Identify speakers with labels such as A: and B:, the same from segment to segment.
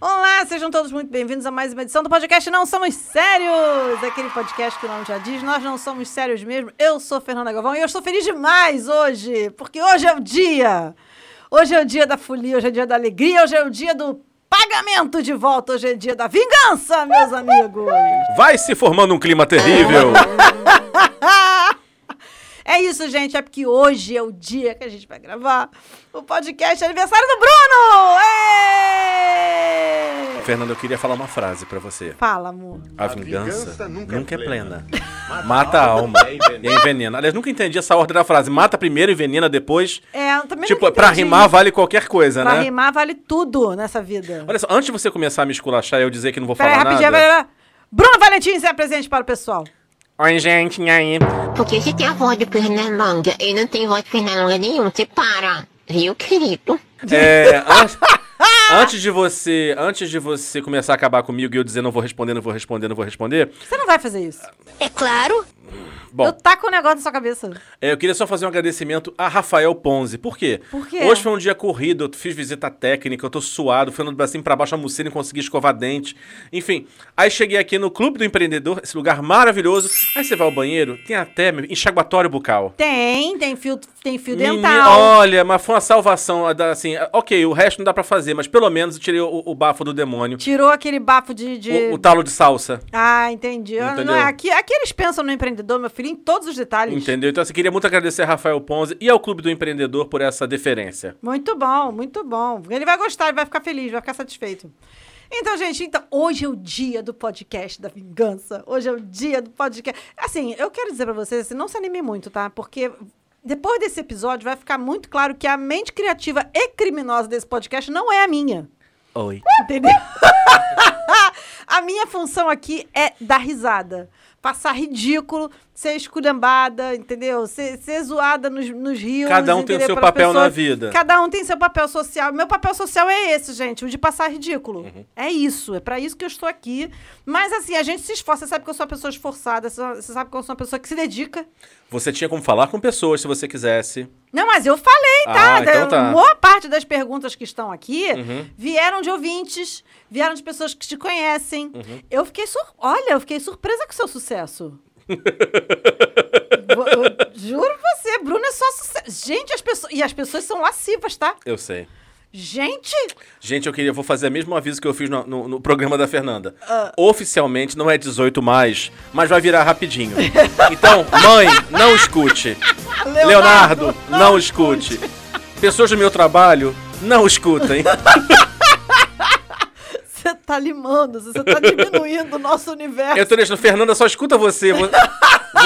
A: Olá, sejam todos muito bem-vindos a mais uma edição do podcast Não Somos Sérios, aquele podcast que o nome já diz, nós não somos sérios mesmo. Eu sou Fernanda Galvão e eu estou feliz demais hoje, porque hoje é o dia. Hoje é o dia da folia, hoje é o dia da alegria, hoje é o dia do pagamento de volta, hoje é dia da vingança, meus amigos.
B: Vai se formando um clima terrível.
A: É isso, gente. É porque hoje é o dia que a gente vai gravar o podcast aniversário do Bruno! Ê!
B: Fernando, eu queria falar uma frase pra você.
A: Fala, amor.
B: A, vingança, nunca, é plena. Mata a alma
C: e
B: e envenena. Aliás, nunca entendi essa ordem da frase. Mata primeiro, envenena depois.
A: É, eu também
B: tipo,
A: nunca
B: pra
A: entendi
B: rimar
A: isso.
B: vale qualquer coisa,
A: Pra
B: né?
A: rimar vale tudo nessa vida.
B: Olha só, antes de você começar a me esculachar e eu dizer que não vou
A: Peraí,
B: falar
A: rapidinho.
B: nada...
A: Vai, vai. Bruno Valentim, se apresente para o pessoal.
B: Oi, gente, e aí?
D: Porque você tem a voz de Pernalonga e não tem voz de Pernalonga nenhum, você para, viu, querido?
B: É, antes, antes de você, antes de você começar a acabar comigo e eu dizer não vou responder, não vou responder, não vou responder...
A: Você não vai fazer isso.
D: É claro.
B: Bom,
A: Eu taco um negócio na sua cabeça.
B: É, eu queria só fazer um agradecimento a Rafael Ponzi. Por quê?
A: Por quê?
B: Hoje foi um dia corrido, eu fiz visita técnica, eu tô suado, fui andando pra cima e pra baixo, almocei, não consegui escovar dente. Enfim, aí cheguei aqui no Clube do Empreendedor, esse lugar maravilhoso. Aí você vai ao banheiro, tem até meu, enxaguatório bucal.
A: Tem, tem fio, tem fio
B: Menino,
A: dental.
B: olha, mas foi uma salvação, a da- assim, ok, o resto não dá pra fazer, mas pelo menos eu tirei o, o bafo do demônio,
A: Tirou aquele bafo de. de-
B: o, o talo de salsa.
A: Ah, entendi. Eu-
B: Entendeu?
A: Não, é, aqui, aqui eles pensam no empreendedor, meu filho, em todos os detalhes.
B: Entendeu? Então, assim, queria muito agradecer a Rafael Ponzi e ao Clube do Empreendedor por essa deferência.
A: Muito bom, muito bom. Ele vai gostar, ele vai ficar feliz, vai ficar satisfeito. Então, gente, então, hoje é o dia do podcast da vingança. Hoje é o dia do podcast. Assim, eu quero dizer pra vocês, assim, não se anime muito, tá? Porque depois desse episódio vai ficar muito claro que a mente criativa e criminosa desse podcast não é a minha.
B: Oi.
A: Entendeu? a minha função aqui é dar risada. Passar ridículo, ser esculhambada, entendeu? Ser, ser zoada nos, nos rios.
B: Cada um tem o
A: entendeu?
B: seu
A: Pelas
B: papel na
A: pessoas.
B: vida.
A: Cada um tem seu papel social. Meu papel social é esse, gente, o de passar ridículo.
B: Uhum.
A: É isso, é pra isso que eu estou aqui. Mas assim, a gente se esforça, você sabe que eu sou uma pessoa esforçada, você você sabe que eu sou uma pessoa que se dedica.
B: Você tinha como falar com pessoas se você quisesse.
A: Não, mas eu falei, tá?
B: Ah, então tá. Uhum.
A: Boa parte das perguntas que estão aqui vieram de ouvintes, vieram de pessoas que te conhecem.
B: Uhum.
A: Eu fiquei sur... Olha, eu fiquei surpresa com o seu sucesso. Bo- eu juro pra você, Bruno é só sucesso. Gente, as pessoas. E as pessoas são lascivas, tá?
B: Eu sei.
A: Gente!
B: Gente, eu queria, vou fazer o mesmo aviso que eu fiz no, no- no programa da Fernanda. Oficialmente não é 18 mais, mas vai virar rapidinho. Então, mãe, não escute. Leonardo, não, escute. Pessoas do meu trabalho, não escutem.
A: Você tá limando, você tá diminuindo o nosso universo.
B: Eu tô deixando, Fernanda só escuta você. Vo-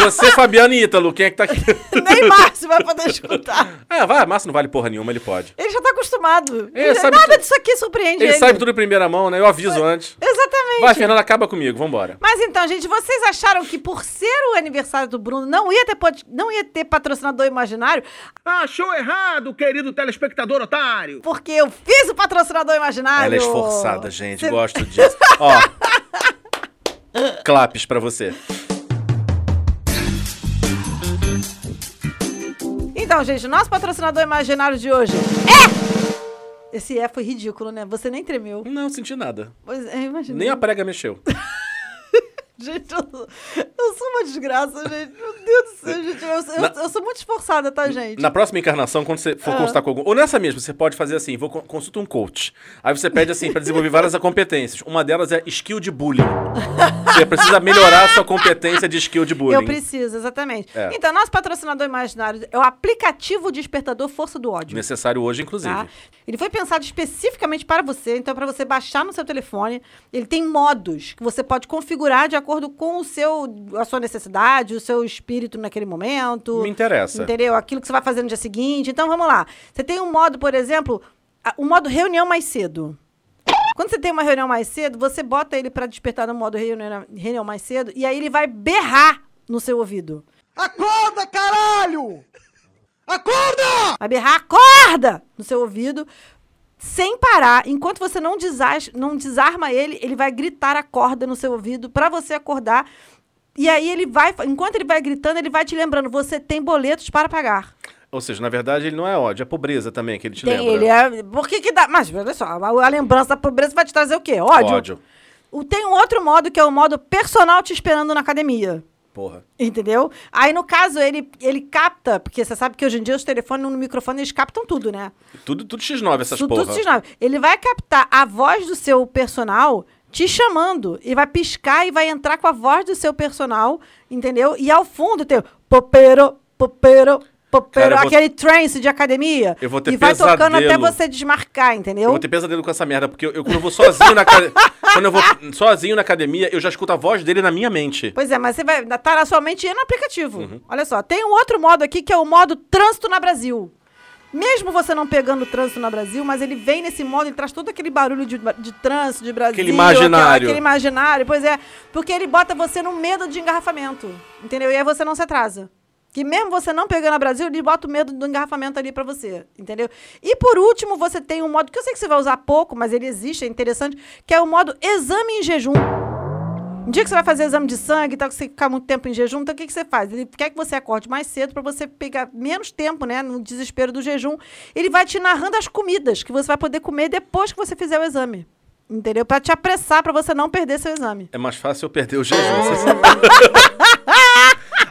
B: Você, Fabiano e Ítalo, quem é que tá aqui?
A: Nem Márcio vai poder escutar.
B: Ah, vai, Márcio não vale porra nenhuma, ele pode.
A: Ele já tá acostumado.
B: Ele sabe
A: Nada
B: tudo.
A: disso aqui surpreende
B: Ele,
A: ele.
B: sabe tudo em primeira mão, né? Eu aviso antes.
A: Exatamente.
B: Vai, Fernanda, acaba comigo, vambora.
A: Mas então, gente, vocês acharam que por ser o aniversário do Bruno não ia ter, pod- não ia ter patrocinador imaginário?
C: Achou errado, querido telespectador otário!
A: Porque eu fiz o patrocinador imaginário.
B: Ela é esforçada, gente.
A: Cê-
B: Gosto disso. Ó. Claps pra você.
A: Então, gente, o nosso patrocinador imaginário de hoje é. Esse é foi ridículo, né? Você nem tremeu.
B: Não senti nada.
A: Pois é, imagina.
B: Nem a prega mexeu.
A: Gente, eu, eu sou uma desgraça, gente. Meu Deus do céu, gente. Eu, eu- eu sou muito esforçada, tá, gente?
B: Na próxima encarnação, quando você
A: Ah.
B: for consultar com algum. Ou nessa mesma, você pode fazer assim: vou con- consulta um coach. Aí você pede assim, pra desenvolver várias competências. Uma delas é skill de bullying. Você precisa melhorar a sua competência de skill de bullying.
A: Eu preciso, exatamente.
B: É.
A: Então, nosso patrocinador imaginário é o aplicativo despertador Força do Ódio.
B: Necessário hoje, inclusive.
A: tá? Ele foi pensado especificamente para você, então é para você baixar no seu telefone. Ele tem modos que você pode configurar de acordo com o seu, a sua necessidade, o seu espírito naquele momento.
B: Me interessa.
A: Entendeu? Aquilo que você vai fazer no dia seguinte. Então vamos lá. Você tem um modo, por exemplo, a- o modo reunião mais cedo. Quando você tem uma reunião mais cedo, você bota ele para despertar no modo reunião, reunião mais cedo e aí ele vai berrar no seu ouvido.
E: Acorda, caralho! Acorda!
A: Vai berrar, acorda! No seu ouvido, sem parar. Enquanto você não, desas- não desarma ele, ele vai gritar acorda no seu ouvido pra você acordar. E aí ele vai, enquanto ele vai gritando, ele vai te lembrando, você tem boletos para pagar.
B: Ou seja, na verdade, ele não é ódio, é pobreza também que ele te
A: Tem,
B: lembra.
A: ele é. Por que que dá. Mas olha só, a, a lembrança da pobreza vai te trazer o quê? Ódio.
B: Ódio.
A: O- Tem um outro modo que é o modo personal te esperando na academia.
B: Porra.
A: Entendeu? Aí, no caso, ele, ele capta, porque você sabe que hoje em dia os telefones no microfone eles captam tudo, né?
B: Tudo, tudo X9 essas
A: Tudo,
B: porra.
A: tudo sinal. Ele vai captar a voz do seu personal te chamando e vai piscar e vai entrar com a voz do seu personal, entendeu? E ao fundo tem o popero, popero, popero,
B: Cara, eu vou-
A: aquele trance de academia.
B: Eu vou ter
A: e vai tocando até
B: pesadelo.
A: você desmarcar, entendeu?
B: Eu vou ter pesadelo com essa merda, porque eu, eu- quando eu vou sozinho na academia. quando eu vou sozinho na academia, eu já escuto a voz dele na minha mente.
A: Pois é, mas você vai estar na sua mente e é no aplicativo.
B: Uhum.
A: Olha só, tem um outro modo aqui que é o modo trânsito na Brasil. Mesmo você não pegando o trânsito na Brasil, mas ele vem nesse modo, ele traz todo aquele barulho de, de trânsito de Brasil.
B: Aquele imaginário.
A: aquela- Aquele imaginário, pois é. Porque ele bota você no medo de engarrafamento, entendeu? E aí você não se atrasa. Que mesmo você não pegando a Brasil, ele bota o medo do engarrafamento ali pra você, entendeu? E por último, você tem um modo que eu sei que você vai usar pouco, mas ele existe, é interessante, que é o modo exame em jejum. Um dia que você vai fazer exame de sangue e tal, que você ficar muito tempo em jejum, então o que, que você faz? Ele quer que você acorde mais cedo para você pegar menos tempo, né? No desespero do jejum. Ele vai te narrando as comidas que você vai poder comer depois que você fizer o exame. Entendeu? Para te apressar, para você não perder seu exame.
B: É mais fácil eu perder o jejum. você sabe.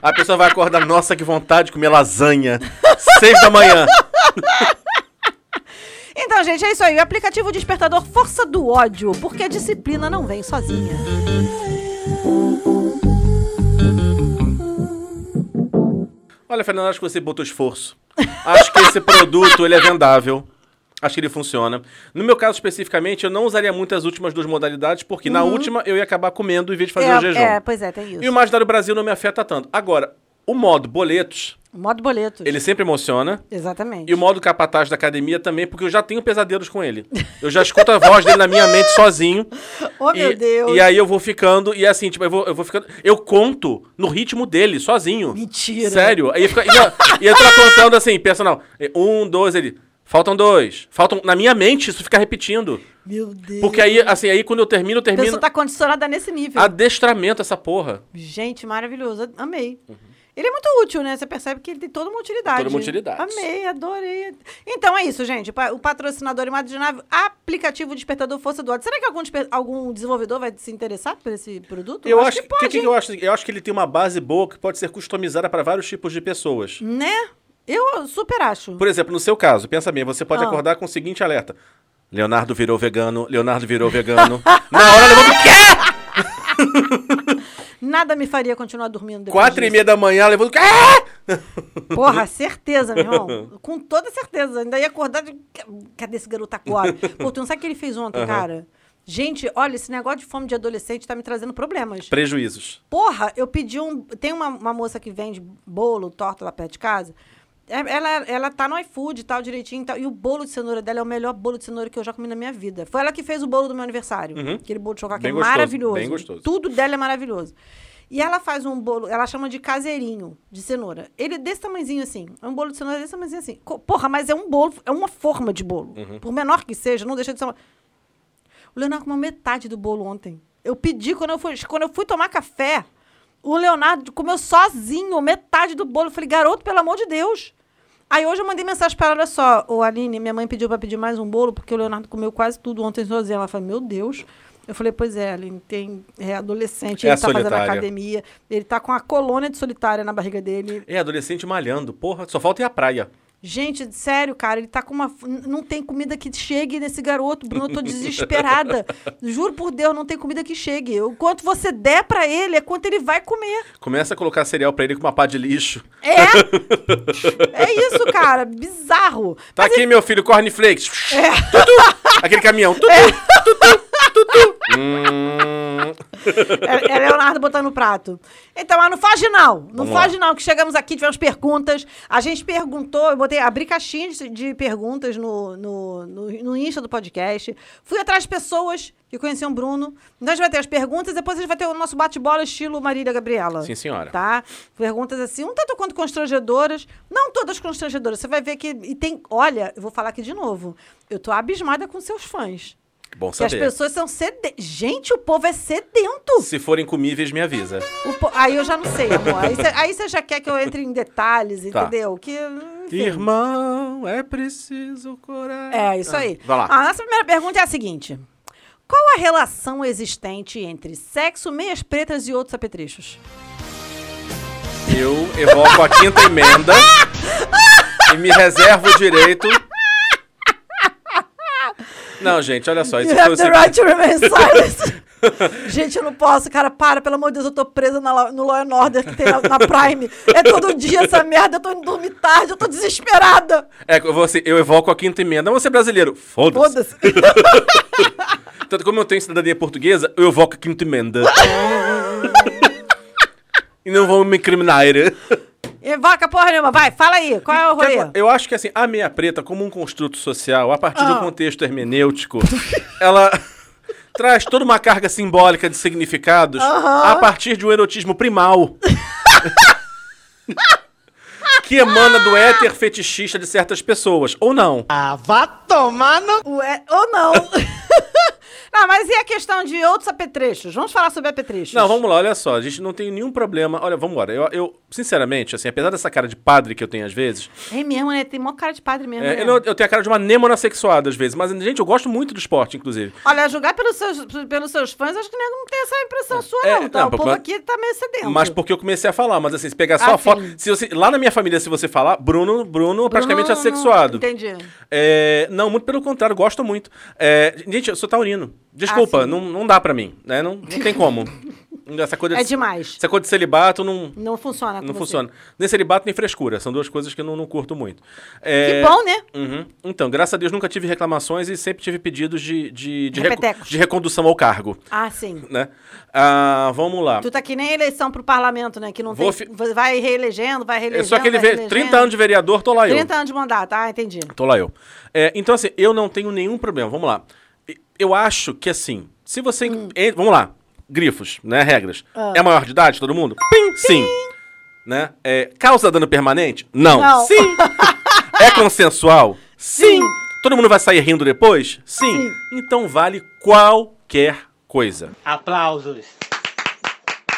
B: a pessoa vai acordar, nossa, que vontade de comer lasanha. Seis da manhã.
A: Então, gente, é isso aí. O aplicativo Despertador Força do Ódio, porque a disciplina não vem sozinha.
B: Olha, Fernando, acho que você botou esforço. Acho que esse produto ele é vendável. Acho que ele funciona. No meu caso especificamente, eu não usaria muito as últimas duas modalidades, porque na última eu ia acabar comendo em vez de fazer
A: Uhum. é,
B: o jejum.
A: é, pois é, tem
B: E o
A: isso.
B: Imaginário Brasil não me afeta tanto. Agora, o modo boletos,
A: Modo boleto.
B: ele sempre emociona.
A: Exatamente.
B: E o modo capataz da academia também, porque eu já tenho pesadelos com ele. Eu já escuto a voz dele na minha mente sozinho.
A: Oh,
B: e,
A: meu Deus.
B: E aí eu vou ficando, e assim, tipo, eu vou, eu vou ficando. Eu conto no ritmo dele, sozinho.
A: Mentira.
B: Sério. Aí eu fico- e eu, e eu tô contando assim, personal. Um, dois, ele. Faltam dois. Faltam. Na minha mente, isso fica repetindo.
A: Meu Deus.
B: Porque aí, assim, aí quando eu termino, eu
A: a
B: termino.
A: pessoa tá condicionada nesse nível.
B: Adestramento essa porra.
A: Gente, maravilhoso. Amei. Ele é muito útil, né? Você percebe que ele tem toda uma utilidade.
B: Uhum. Toda uma utilidade.
A: Amei, adorei. Então é isso, gente. Pa- O patrocinador imaginável, aplicativo Despertador Força do Ódio. Será que algum, desper- algum desenvolvedor vai se interessar por esse produto?
B: Eu acho que,
A: pode,
B: que, que
A: hein?
B: eu acho, eu acho que ele tem uma base boa que pode ser customizada para vários tipos de pessoas.
A: Né? Eu super acho.
B: Por exemplo, no seu caso, pensa bem, você pode
A: Ah.
B: acordar com o seguinte alerta: Leonardo virou vegano, Leonardo virou vegano. Na hora levanta o quê?
A: Nada me faria continuar dormindo depois
B: Quatro e
A: disso.
B: meia da manhã, levanta o quê? Ah!
A: Porra, certeza, meu irmão. Com toda certeza. Ainda ia acordar de... Cadê esse garoto agora? Pô, tu não sabe o que ele fez ontem, cara? Gente, olha, esse negócio de fome de adolescente tá me trazendo problemas.
B: Prejuízos.
A: Porra, eu pedi um. Tem uma, uma moça que vende bolo, torta lá perto de casa. É- Ela, ela tá no iFood e tal, direitinho e tal. E o bolo de cenoura dela é o melhor bolo de cenoura que eu já comi na minha vida. Foi ela que fez o bolo do meu aniversário. Aquele bolo de chocolate que
B: Uhum. Bem
A: é
B: gostoso,
A: maravilhoso.
B: bem gostoso.
A: Tudo dela é maravilhoso. E ela faz um bolo, ela chama de caseirinho, de cenoura. Ele é desse tamanzinho assim. É um bolo de cenoura desse tamanzinho assim. Co- Porra, mas é um bolo, é uma forma de bolo.
B: Uhum.
A: Por menor que seja, não deixa de ser uma... O Leonardo comeu metade do bolo ontem. Eu pedi quando eu fui, quando eu fui tomar café. O Leonardo comeu sozinho metade do bolo. Eu falei, garoto, pelo amor de Deus. Aí hoje eu mandei mensagem para ela, olha só, ô Aline, minha mãe pediu para pedir mais um bolo, porque o Leonardo comeu quase tudo ontem sozinho. Ela falou, meu Deus. Eu falei, pois é, Aline, tem, é adolescente,
B: É
A: ele tá fazendo
B: solitária.
A: academia, ele tá com a colônia de solitária na barriga dele.
B: É, adolescente malhando, porra, só falta ir à praia.
A: Gente, sério, cara, ele tá com uma. n- Não tem comida que chegue nesse garoto, Bruno. Eu tô desesperada. Juro por Deus, não tem comida que chegue. O quanto você der pra ele é quanto ele vai comer.
B: Começa a colocar cereal pra ele com uma pá de lixo.
A: É! é isso, cara. Bizarro.
B: Tá aqui, meu filho, cornflakes. É. Aquele caminhão. Tutu, tutu, tutu. Hum.
A: É, é Leonardo botando no prato. Então, mas não foge não. Não
B: Vamos
A: foge
B: lá.
A: não, que chegamos aqui, tivemos perguntas. A gente perguntou, eu botei, abri caixinhas de- de perguntas no, no, no, no Insta do podcast. Fui atrás de pessoas que conheciam o Bruno. Então, a gente vai ter as perguntas, depois a gente vai ter o nosso bate-bola estilo Marília Gabriela.
B: Sim, senhora.
A: Tá? Perguntas assim, um tanto quanto constrangedoras. Não todas constrangedoras. Você vai ver que... E tem... Olha, eu vou falar aqui de novo. Eu tô abismada com seus fãs.
B: Que bom
A: Que as
B: saber.
A: pessoas são sedentas. Gente, o povo é sedento.
B: Se forem comíveis, me avisa.
A: O po- Aí eu já não sei, amor. Aí cê- Aí você já quer que eu entre em detalhes,
B: Tá.
A: entendeu? Que. enfim.
B: Irmão, é preciso coragem.
A: É, isso aí.
B: Ah, Vai lá.
A: A nossa primeira pergunta é a seguinte: Qual a relação existente entre sexo, meias pretas e outros apetrechos?
B: Eu evoco a quinta emenda e me reservo o direito. Não, gente, olha só. Isso
A: You
B: foi assim,
A: have the
B: o seguinte.
A: right to remain silent. Gente, eu não posso, cara. Para, pelo amor de Deus, eu tô presa na Law- no Law and Order que tem na, na Prime. É todo dia essa merda, eu tô indo dormir tarde, eu tô desesperada.
B: É, eu, vou assim, eu evoco a quinta emenda. Não, você é brasileiro. Foda-se.
A: Foda-se.
B: Tanto como eu tenho cidadania portuguesa, eu evoco a quinta emenda. e não vão me incriminar.
A: Evoca porra nenhuma, vai, fala aí, qual é o rolê?
B: Eu acho que assim, a meia preta, como um construto social, a partir do contexto hermenêutico, ela traz toda uma carga simbólica de significados a partir de um erotismo primal. que emana do éter fetichista de certas pessoas, ou não.
E: Ah, vá tomar no...
A: Ué, ou não? não, mas e a questão de outros apetrechos? Vamos falar sobre apetrechos.
B: Não, vamos lá, olha só, a gente não tem nenhum problema. Olha, vamos embora. Eu, eu, sinceramente, assim, apesar dessa cara de padre que eu tenho às vezes,
A: É mesmo, né? Tem mó cara de padre mesmo.
B: é,
A: né?
B: eu, não- eu tenho a cara de uma nêmona sexuada às vezes, mas, gente, eu gosto muito do esporte, inclusive.
A: Olha, julgar pelos seus, pelos seus fãs, acho que nego não tem essa impressão sua,
B: É,
A: não. Tá?
B: não,
A: o povo
B: mas-
A: aqui tá meio sedento.
B: Mas porque eu comecei a falar, mas assim, se pegar só
A: Ah,
B: a foto.
A: sim.
B: Se você, lá na minha família, se você falar, Bruno, Bruno praticamente
A: Bruno,
B: assexuado.
A: Entendi.
B: É, não, muito pelo contrário, gosto muito. É, gente, eu sou taurino. Desculpa,
A: Ah, sim.
B: não, não dá pra mim, né? Não, não tem como. Essa coisa
A: É demais.
B: Essa coisa de celibato não,
A: Não funciona com
B: não
A: você.
B: funciona. Nem celibato, nem frescura. São duas coisas que eu não, não curto muito.
A: Que
B: É,
A: bom, né?
B: Uhum. Então, graças a Deus, nunca tive reclamações e sempre tive pedidos de, de, de, reco-
A: Repetecos.
B: de recondução ao cargo,
A: Ah, sim.
B: né? Ah, vamos lá.
A: Tu tá que nem eleição pro parlamento, né? Que não
B: Vou
A: tem...
B: fi-
A: Vai reelegendo, vai
B: É
A: reelegendo,
B: só que ele
A: vai
B: vê 30 anos de vereador, tô lá eu.
A: 30 anos de mandato. Ah, entendi.
B: Tô lá eu. É, então, assim, eu não tenho nenhum problema. Vamos lá. E- Eu acho que, assim, se você. en- Vamos lá. Grifos, né? Regras. É maior de idade, todo mundo? Pim, sim. Né? É, causa dano permanente? Não.
A: Não.
B: Sim. é consensual? Sim. Todo mundo vai sair rindo depois? Sim. Então vale qualquer coisa.
F: Aplausos.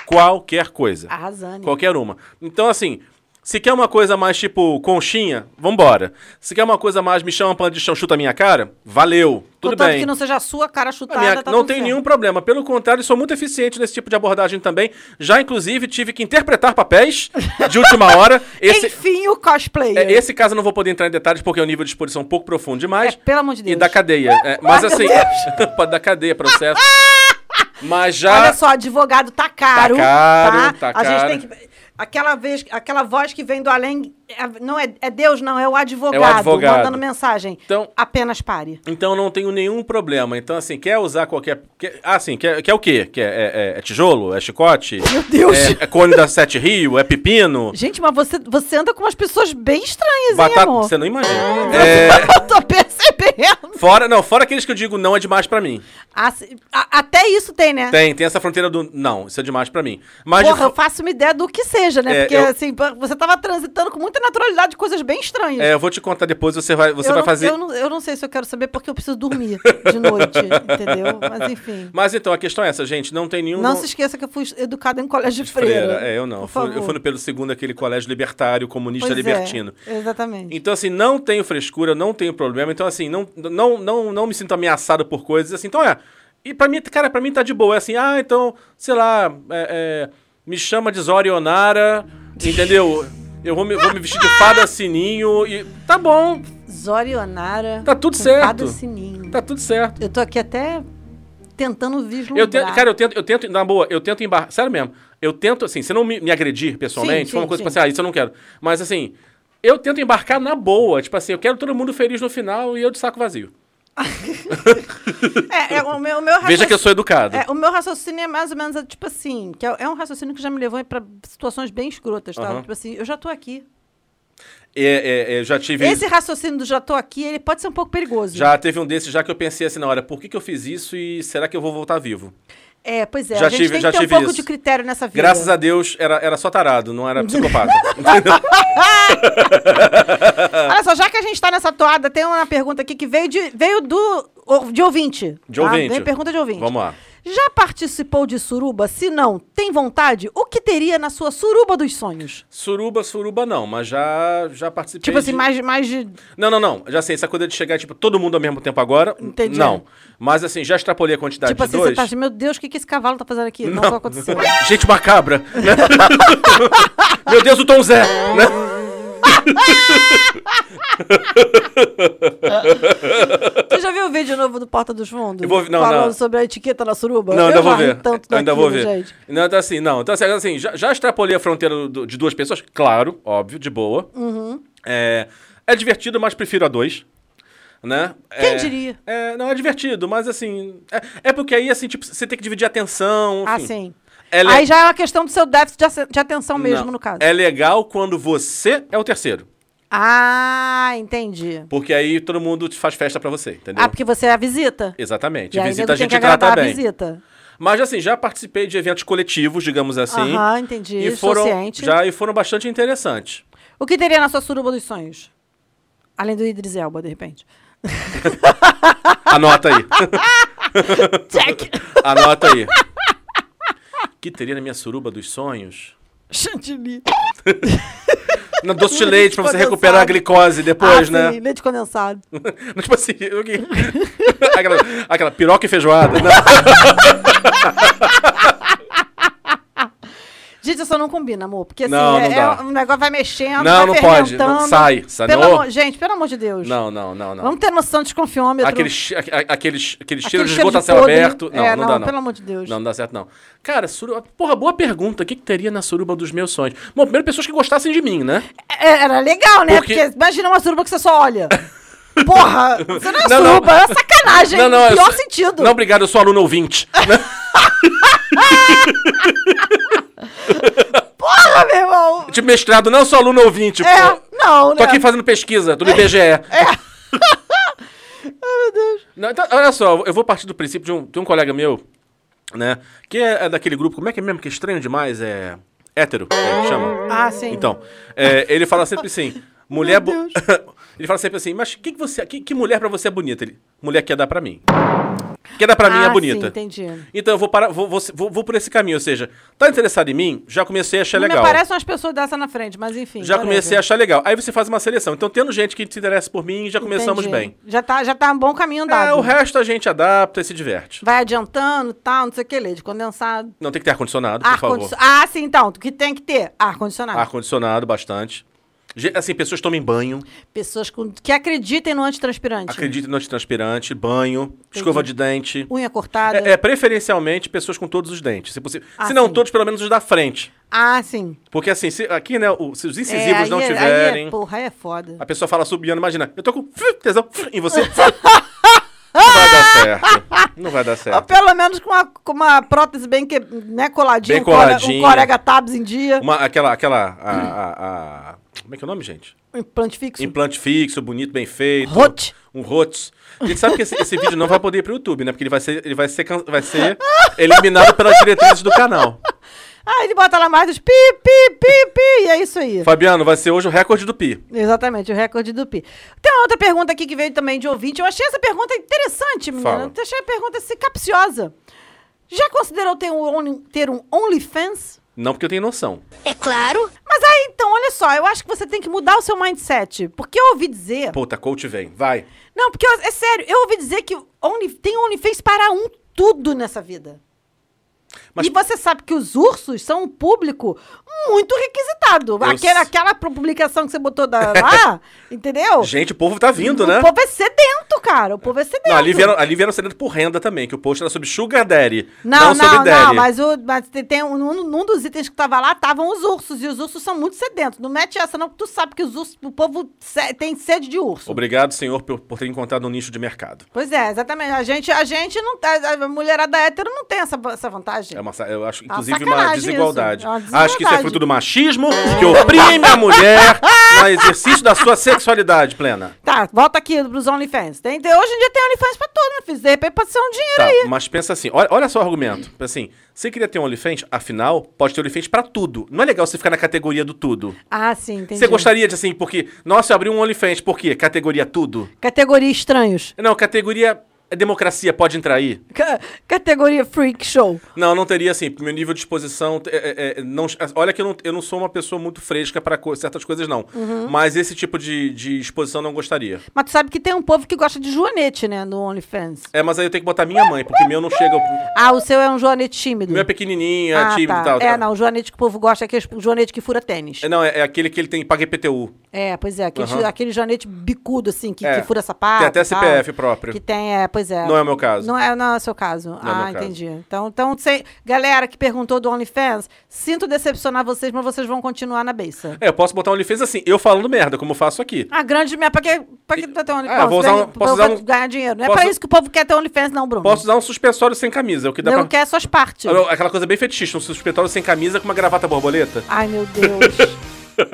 B: Qualquer coisa.
A: Arrasane.
B: Qualquer uma. Então, assim, se quer uma coisa mais tipo conchinha, vambora. Se quer uma coisa mais me chama pano de chão, chuta a minha cara, valeu. Tudo
A: Contanto
B: bem.
A: que não seja a sua cara
B: A
A: chutada,
B: minha-
A: tá
B: não
A: tudo
B: tem
A: certo.
B: nenhum problema. Pelo contrário, sou muito eficiente nesse tipo de abordagem também. Já, inclusive, tive que interpretar papéis de última hora. Esse,
A: Enfim, o cosplayer.
B: é, esse caso eu não vou poder entrar em detalhes porque é um nível de exposição um pouco profundo demais.
A: É, pelo amor de
B: E
A: Deus.
B: da cadeia. É, mas
A: Ai, meu
B: assim, pode dar cadeia, processo. Mas já.
A: Olha só, advogado tá caro.
B: Tá caro, tá
A: A gente
B: caro.
A: tem que. Aquela, vez, aquela voz que vem do além. é- Não é, é Deus, não, é o advogado,
B: advogado.
A: mandando mensagem.
B: Então-
A: Apenas pare.
B: Então não tenho nenhum problema. Então, assim, quer usar qualquer. Quer, ah, sim, quer, quer o quê? Quer, é, é- é tijolo? É chicote? Meu
A: Deus!
B: É, é cone da Sete Rio? É pepino?
A: Gente, mas você, você anda com umas pessoas bem estranhas, hein,
B: Batata.
A: amor?
B: Você não imagina. É,
A: Eu tô percebendo.
B: fora, não, fora aqueles que eu digo não é demais pra mim.
A: Ah, se- a- até isso tem, né?
B: Tem, tem essa fronteira do não, isso é demais pra mim. Mas. de
A: Porra,
B: fo-
A: eu faço uma ideia do que seja, né?
B: É,
A: Porque,
B: eu-
A: assim, pa- você tava transitando com muita naturalidade coisas bem estranhas.
B: é, eu vou te contar depois, você vai, você
A: eu
B: vai
A: não,
B: fazer.
A: Eu não, eu não sei se eu quero saber porque eu preciso dormir de noite, entendeu? Mas enfim.
B: Mas então, a questão é essa, gente. Não tem nenhum.
A: Não se esqueça que eu fui educada em colégio de freira.
B: É, eu não. Eu
A: Por
B: fui, eu
A: favor.
B: fui no Pedro II, aquele colégio libertário, comunista
A: Pois é,
B: libertino.
A: exatamente.
B: Então, assim, não tenho frescura, não tenho problema. Então, assim, não, não, não, não me sinto ameaçado por coisas. Assim, então, é. E pra mim, cara, pra mim tá de boa. É assim, ah, então, sei lá, é, é, me chama de Zorionara, entendeu? Eu vou me, vou me vestir de fada sininho e. Tá bom,
A: Zorionara.
B: Tá tudo
A: com
B: certo.
A: fada sininho.
B: tá tudo certo.
A: Eu tô aqui até tentando vislumbrar.
B: Eu tento, cara, eu tento, eu tento, na boa, eu tento embarrar. Sério mesmo, eu tento, assim, se não me, me agredir pessoalmente,
A: Sim,
B: foi
A: sim,
B: uma coisa
A: sim.
B: pra ser, ah, isso eu não quero. Mas assim, eu tento embarcar na boa. Tipo assim, eu quero todo mundo feliz no final e eu de saco vazio.
A: É, é, o meu, o meu
B: Veja que eu
A: raciocínio-
B: sou educado.
A: É, o meu raciocínio é mais ou menos é, tipo assim, que é, é um raciocínio que já me levou pra situações bem escrotas, tá?
B: Aham.
A: Tipo assim, eu já tô aqui.
B: É, é, é, já tive.
A: Esse raciocínio do já tô aqui, ele pode ser um pouco perigoso.
B: Já teve um desses já que eu pensei assim na hora, por que, que eu fiz isso e será que eu vou voltar vivo?
A: É, pois é.
B: Já
A: a gente
B: tive-
A: tem
B: já
A: que ter um
B: tive
A: pouco
B: isso.
A: de critério nessa vida.
B: Graças a Deus, era, era só tarado, não era psicopata. entendeu?
A: Olha só, já que a gente tá nessa toada, tem uma pergunta aqui que veio de, veio do, ou- de ouvinte.
B: De ouvinte.
A: Ah, Vem pergunta de ouvinte.
B: Vamos lá.
A: Já participou de suruba? Se não, tem vontade? O que teria na sua suruba dos sonhos?
B: Suruba, suruba não, mas já, já participei.
A: Tipo assim,
B: de- Tá,
A: mais, mais de...
B: Não, não, não. Já sei, essa coisa de chegar, tipo, todo mundo ao mesmo tempo agora.
A: Entendi.
B: Não. Mas assim, já extrapolei a quantidade
A: tipo
B: de
A: assim, você
B: dois.
A: tá assim, meu Deus, o que, que esse cavalo tá fazendo aqui? Não, não aconteceu.
B: Gente macabra. né? Meu Deus, o Tom Zé. né?
A: Tu já viu o vídeo novo do Porta dos Fundos?
B: Eu vou- não,
A: Falando
B: não.
A: sobre a etiqueta na suruba?
B: Não,
A: eu
B: ainda vou
A: já ri
B: ver.
A: Tanto
B: Eu ainda
A: daquilo,
B: vou ver.
A: Gente.
B: Não, então assim, não. Então assim, assim, já, já extrapolei a fronteira do- de duas pessoas? Claro, óbvio, de boa.
A: Uhum.
B: É, é divertido, mas prefiro a dois. Né?
A: Quem
B: É-
A: diria?
B: É, não, é divertido, mas assim. É, é porque aí, assim, tipo, você tem que dividir a atenção.
A: Ah,
B: enfim.
A: sim.
B: É le-
A: Aí já é uma questão do seu déficit de ace- de atenção mesmo,
B: Não.
A: no caso.
B: É legal quando você é o terceiro.
A: Ah, entendi.
B: Porque aí todo mundo te faz festa pra você, entendeu?
A: Ah, porque você é a visita.
B: Exatamente.
A: E aí
B: visita
A: nego
B: a
A: tem que
B: gente trata
A: agradar a
B: bem.
A: visita.
B: Mas assim, já participei de eventos coletivos, digamos assim.
A: Aham, entendi.
B: E
A: Sou
B: foram,
A: ciente.
B: já, e foram bastante interessantes.
A: O que teria na sua suruba dos sonhos? Além do Idris Elba, de repente.
B: Anota aí.
A: Check!
B: Anota aí. O que teria na minha suruba dos sonhos?
A: Chantilly.
B: No doce de leite pra você
A: Condensado.
B: recuperar a glicose depois,
A: ah,
B: né?
A: Sim, leite condensado.
B: Não, tipo assim, o quê? aquela, aquela piroca e feijoada. Não.
A: Gente, isso não combina, amor. Porque assim,
B: Não, não
A: é,
B: dá.
A: é um negócio vai mexendo,
B: Não,
A: vai
B: não pode.
A: fermentando.
B: Não sai, sai,
A: Pelo
B: não.
A: amor- gente, pelo amor de Deus.
B: Não, não, não, não.
A: Vamos ter noção de desconfiômetro.
B: Aquele, che- a- a- aquele, che-
A: Aquele
B: aquele cheiro de
A: cheiro
B: esgoto
A: de
B: a céu
A: podre.
B: aberto. Não,
A: É,
B: não,
A: não,
B: dá, não.
A: pelo amor de Deus.
B: Não, não dá certo, não. Cara, suruba. Porra, boa pergunta. O que, que teria na suruba dos meus sonhos? Bom, primeiro, pessoas que gostassem de mim, né?
A: É, Era legal, né?
B: Porque-
A: Porque... imagina uma suruba que você só olha. Porra, você não é
B: Não, não.
A: suruba, é sacanagem. Não,
B: eu
A: pior
B: sou-
A: sentido.
B: Não, obrigado, eu sou aluno ouvinte.
A: Porra, Ah, meu irmão.
B: tipo, mestrado, não sou aluno ouvinte. pô.
A: É, não, né?
B: Tô aqui fazendo pesquisa, tô no IBGE. Ai, meu Deus. então, olha só, eu vou partir do princípio de um, de um colega meu, né? Que é, é daquele grupo, como é que é mesmo? Que é estranho demais, é. Hétero, é, que chama.
A: Ah, sim.
B: Então, é, ele fala sempre assim, mulher. bo- ele fala sempre assim, mas que, que você. Que, que mulher pra você é bonita? Ele, mulher que quer dar pra mim. Quer dar pra mim
A: Ah,
B: é
A: sim,
B: bonita.
A: entendi.
B: Então eu vou parar, vou, vou, vou- vou por esse caminho, ou seja, tá interessado em mim? Já comecei a achar
A: Não
B: é legal.
A: Me né? parecem umas pessoas dessa na frente, mas enfim.
B: Já
A: whatever.
B: comecei a achar legal. Aí você faz uma seleção. Então, tendo gente que se interessa por mim, já começamos
A: Entendi.
B: bem.
A: Já tá, já tá um bom caminho andado.
B: É, o resto a gente adapta e se diverte.
A: Vai adiantando, tal, não sei o que, leite condensado.
B: Não tem que ter ar-condicionado, por
A: Ar
B: favor.
A: condicionado. Ah, sim, então. O que tem que ter? Ar-condicionado.
B: Ar-condicionado, bastante. Ge- Assim, pessoas tomem banho,
A: Pessoas com- que acreditem no antitranspirante.
B: acreditem no antitranspirante, banho, escova de dente.
A: Unha cortada.
B: É, é, preferencialmente pessoas com todos os dentes, se possível.
A: Ah,
B: se não
A: sim.
B: todos, pelo menos os da frente.
A: Ah, sim.
B: Porque assim, se- aqui, né, o- se os
A: É,
B: incisivos
A: aí
B: não
A: é- aí é-
B: tiverem, Ah,
A: porra, aí é foda.
B: a pessoa fala subiando, imagina, eu tô com tesão em você. não vai dar certo. Não vai dar certo.
A: Ou pelo menos com uma, com uma prótese bem que, né, coladinha,
B: Bem
A: um core-
B: coladinha.
A: um corega tabs em dia,
B: Uma, aquela, aquela, a, a- a- como é que é o nome, gente?
A: um implante fixo.
B: Implante fixo, bonito, bem feito.
A: Rote.
B: Um rots. A gente sabe que esse, esse vídeo não vai poder ir pro YouTube, né? Porque ele vai ser, ele vai ser, can- vai ser eliminado pelas diretrizes do canal.
A: Ah, ele bota lá mais dos pi, pi, pi, pi, e é isso aí.
B: Fabiano, vai ser hoje o recorde do Pi.
A: Exatamente, o recorde do pi. Tem uma outra pergunta aqui que veio também de ouvinte. Eu achei essa pergunta interessante, menina.
B: Fala.
A: Eu achei a pergunta assim, capciosa. Já considerou ter um, only- ter um OnlyFans?
B: Não porque eu tenho noção.
D: É claro.
A: Mas aí, então, olha só, eu acho que você tem que mudar o seu mindset. Porque eu ouvi dizer...
B: Puta, coach vem. Vai.
A: Não, porque eu- é sério, eu ouvi dizer que only, tem OnlyFans para um tudo nessa vida.
B: Mas-
A: E você sabe que os ursos são um público muito requisitado. Aquela,
B: s-
A: aquela publicação que você botou da, lá, entendeu?
B: Gente, o povo tá vindo, né?
A: O povo é sedento, cara. O povo é sedento.
B: Não, ali vieram, ali vieram saindo por renda também, que o post era sobre Sugar Daddy.
A: Não,
B: sobre
A: não, não,
B: Daddy.
A: mas, o, mas tem- tem um, um- num dos itens que tava lá estavam os ursos, e os ursos são muito sedentos. Não mete essa, não, que tu sabe que os ursos, o povo se- tem sede de urso.
B: Obrigado, senhor, por, por ter encontrado um nicho de mercado.
A: tá, Pois é, exatamente. A gente, a gente não. A, a mulherada hétero não tem essa, va- essa vantagem.
B: É uma, sa- eu acho,
A: uma
B: inclusive, uma
A: sacanagem isso.
B: desigualdade.
A: É uma
B: Acho que isso é
A: desigualdade.
B: fruto do machismo que oprime a mulher no exercício da sua sexualidade plena.
A: Tá, volta aqui pros OnlyFans. Tem, tem- hoje em dia tem OnlyFans pra todo, meu filho. De repente pode ser um dinheiro
B: Tá,
A: aí.
B: mas pensa assim, olha, olha só o argumento. Pensa Assim, você queria ter um OnlyFans, afinal, pode ter OnlyFans pra tudo. Não é legal você ficar na categoria do tudo.
A: Ah, sim, entendi.
B: Você gostaria de assim, porque, nossa, eu abri um OnlyFans, por quê? Categoria tudo?
A: Categoria estranhos.
B: Não, categoria é democracia, pode entrar aí.
A: Ca- categoria freak show.
B: Não, não teria assim. Meu nível de exposição. é, é, é, não, olha que eu não, eu não sou uma pessoa muito fresca pra co- certas coisas, não.
A: Uhum.
B: Mas esse tipo de, de exposição eu não gostaria.
A: Mas tu sabe que tem um povo que gosta de joanete, né? No OnlyFans.
B: É, mas aí eu tenho que botar minha mãe, porque meu não chega. O
A: Ah, o seu é um joanete tímido.
B: meu é pequenininho, é tímido e
A: tá.
B: tal.
A: É,
B: tal.
A: não, o joanete que o povo gosta é aquele joanete que fura tênis.
B: É, não, é, é aquele que ele tem paga IPTU.
A: É, pois é, aquele,
B: Aham.
A: aquele joanete bicudo, assim, que,
B: É.
A: que fura sapato.
B: Tem até
A: e tal.
B: CPF próprio.
A: Que tem, é, pois é.
B: Não é o meu caso.
A: Não é, não é o seu caso.
B: é
A: ah,
B: meu caso.
A: entendi. Então, então sei- galera que perguntou do OnlyFans, sinto decepcionar vocês, mas vocês vão continuar na beça.
B: É, eu posso botar um OnlyFans assim, eu falando merda, como eu faço aqui.
A: Ah, grande merda, pra que, pra que ter OnlyFans? né?
B: Ah, vou usar um-
A: Pra-
B: posso
A: pra
B: usar um-
A: ganhar dinheiro. Não é
B: posso-
A: pra isso que o povo quer ter OnlyFans, não, Bruno.
B: Posso usar um suspensório sem camisa, é o que dá
A: não
B: pra.
A: quer suas partes.
B: Aquela coisa bem fetichista, um suspensório sem camisa com uma gravata borboleta.
A: Ai, meu Deus.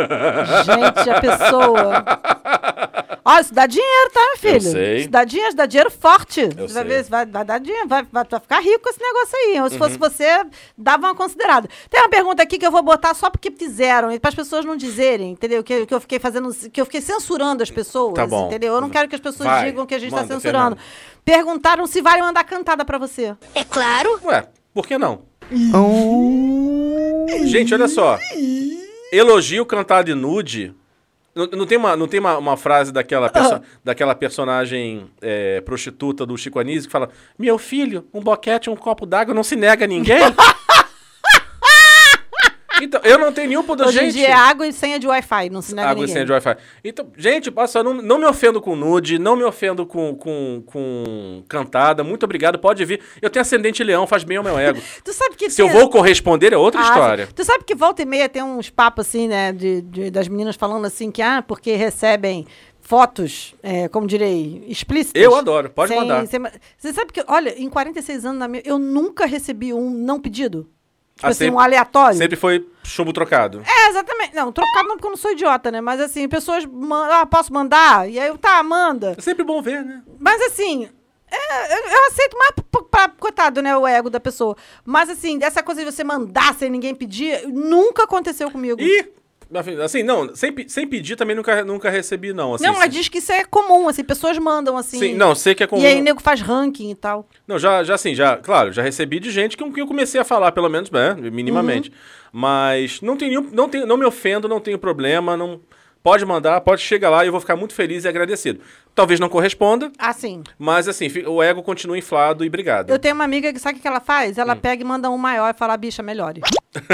A: Gente, a pessoa. Ó, isso dá dinheiro, tá, meu filho?
B: sei.
A: Isso dá dinheiro, isso dá dinheiro forte.
B: Eu
A: Você vai,
B: sei. Uhum.
A: ver, vai, vai dar dinheiro, vai, vai, vai ficar rico com esse negócio aí. Ou se fosse você, dava uma considerada. Tem uma pergunta aqui que eu vou botar só porque fizeram, e para as pessoas não dizerem, entendeu? Que, que eu fiquei fazendo, que eu fiquei censurando as pessoas,
B: Tá bom.
A: entendeu? Eu não quero que as pessoas
B: Vai,
A: digam que a gente
B: manda,
A: tá censurando. Perguntaram se vale mandar cantada pra você.
D: É claro.
B: Ué, por que não? Gente, olha só. Elogio cantado e nude. Não, não tem, uma, não tem uma, uma frase
A: Ah.
B: daquela, perso- daquela personagem é, prostituta do Chico Anísio que fala: Meu filho, um boquete, um copo d'água não se nega a ninguém? então, eu não tenho nenhum poder.
A: Hoje em
B: gente,
A: dia é água e senha de Wi-Fi, não se nega
B: água e
A: ninguém.
B: senha de Wi-Fi. Então, gente, passa, não, não me ofendo com nude, não me ofendo com, com, com cantada. Muito obrigado, pode vir. Eu tenho ascendente leão, faz bem ao meu ego.
A: Tu sabe que
B: Se eu
A: tem-
B: vou corresponder é outra
A: Ah,
B: história.
A: sim. Tu sabe que volta e meia tem uns papos assim, né? de- de- das meninas falando assim que, ah, porque recebem fotos, é, como direi, explícitas.
B: Eu adoro, pode mandar.
A: sem- você sabe que, olha, em 46 anos na minha, eu nunca recebi um não pedido. Tipo
B: Ah,
A: assim,
B: sempre-
A: um aleatório.
B: Sempre foi chumbo trocado.
A: É, exatamente. Não, trocado não porque eu não sou idiota, né? Mas assim, pessoas. man- Ah, posso mandar? E aí eu, tá, manda.
B: É sempre bom ver, né?
A: Mas assim, é, eu, eu aceito mais pra, pra- coitado, né? O ego da pessoa. Mas assim, dessa coisa de você mandar sem ninguém pedir, nunca aconteceu comigo.
B: E, assim, não, sem, pe- sem pedir também nunca, nunca recebi, não. Assim,
A: não, mas
B: sim.
A: diz que isso é comum, assim, pessoas mandam assim.
B: Sim, não, sei que é comum.
A: E aí, né? nego faz ranking e tal.
B: Não, já, já assim, já, claro, já recebi de gente com quem eu comecei a falar, pelo menos, né,
A: Uhum.
B: minimamente. Mas não tem nenhum, não, tem, não me ofendo, não tenho problema, não... Pode mandar, pode chegar lá e eu vou ficar muito feliz e agradecido. Talvez não corresponda,
A: Assim.
B: mas assim, fi- o ego continua inflado e obrigado.
A: Eu tenho uma amiga que sabe o que ela faz? Ela
B: Hum.
A: pega e manda um maior e fala, bicha, melhore.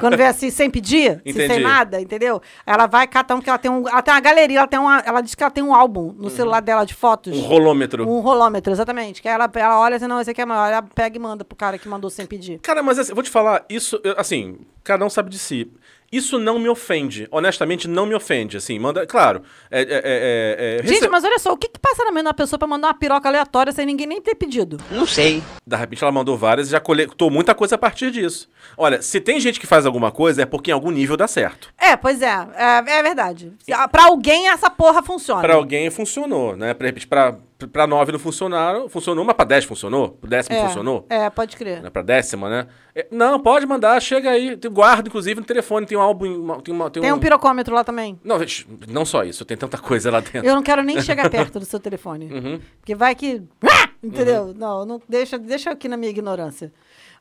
A: Quando vem assim, sem pedir, assim,
B: Entendi.
A: sem nada, entendeu? Ela vai catar um que ela tem um. Ela tem uma galeria, ela tem uma. Ela diz que ela tem um álbum
B: Uhum.
A: no celular dela de fotos.
B: Um rolômetro.
A: Um rolômetro, exatamente. Que ela, ela olha e diz, não, esse aqui é maior. Ela pega e manda pro cara que mandou sem pedir.
B: Cara, mas assim, eu vou te falar, isso, eu- assim, cada um sabe de si. Isso não me ofende. Honestamente, não me ofende. Assim, manda. Claro. É, é, é, é, é, rece-
A: Gente, mas olha só, o que, que passa na mente de uma pessoa pra mandar uma piroca aleatória sem ninguém nem ter pedido?
E: Não sei.
B: Da repente ela mandou várias e já coletou muita coisa a partir disso. Olha, se tem gente que faz alguma coisa, é porque em algum nível dá certo.
A: É, pois é. É, é verdade. Pra alguém essa porra funciona.
B: Pra alguém funcionou, né? Pra, repente, pra, pra nove não funcionaram, funcionou, mas pra dez funcionou? Pro décimo
A: é,
B: funcionou?
A: É, pode crer.
B: Né, Pra décima, né? É, Não, pode mandar, chega aí. Tem- Guarda, inclusive, no telefone. Tem um álbum. uma- Tem, uma, tem,
A: Tem um pirocômetro lá também.
B: Não, gente, não só isso, tem tanta coisa lá dentro.
A: Eu não quero nem chegar perto do seu telefone.
B: Uhum.
A: Porque vai que. Ah! Entendeu? Não, não deixa, deixa aqui na minha ignorância.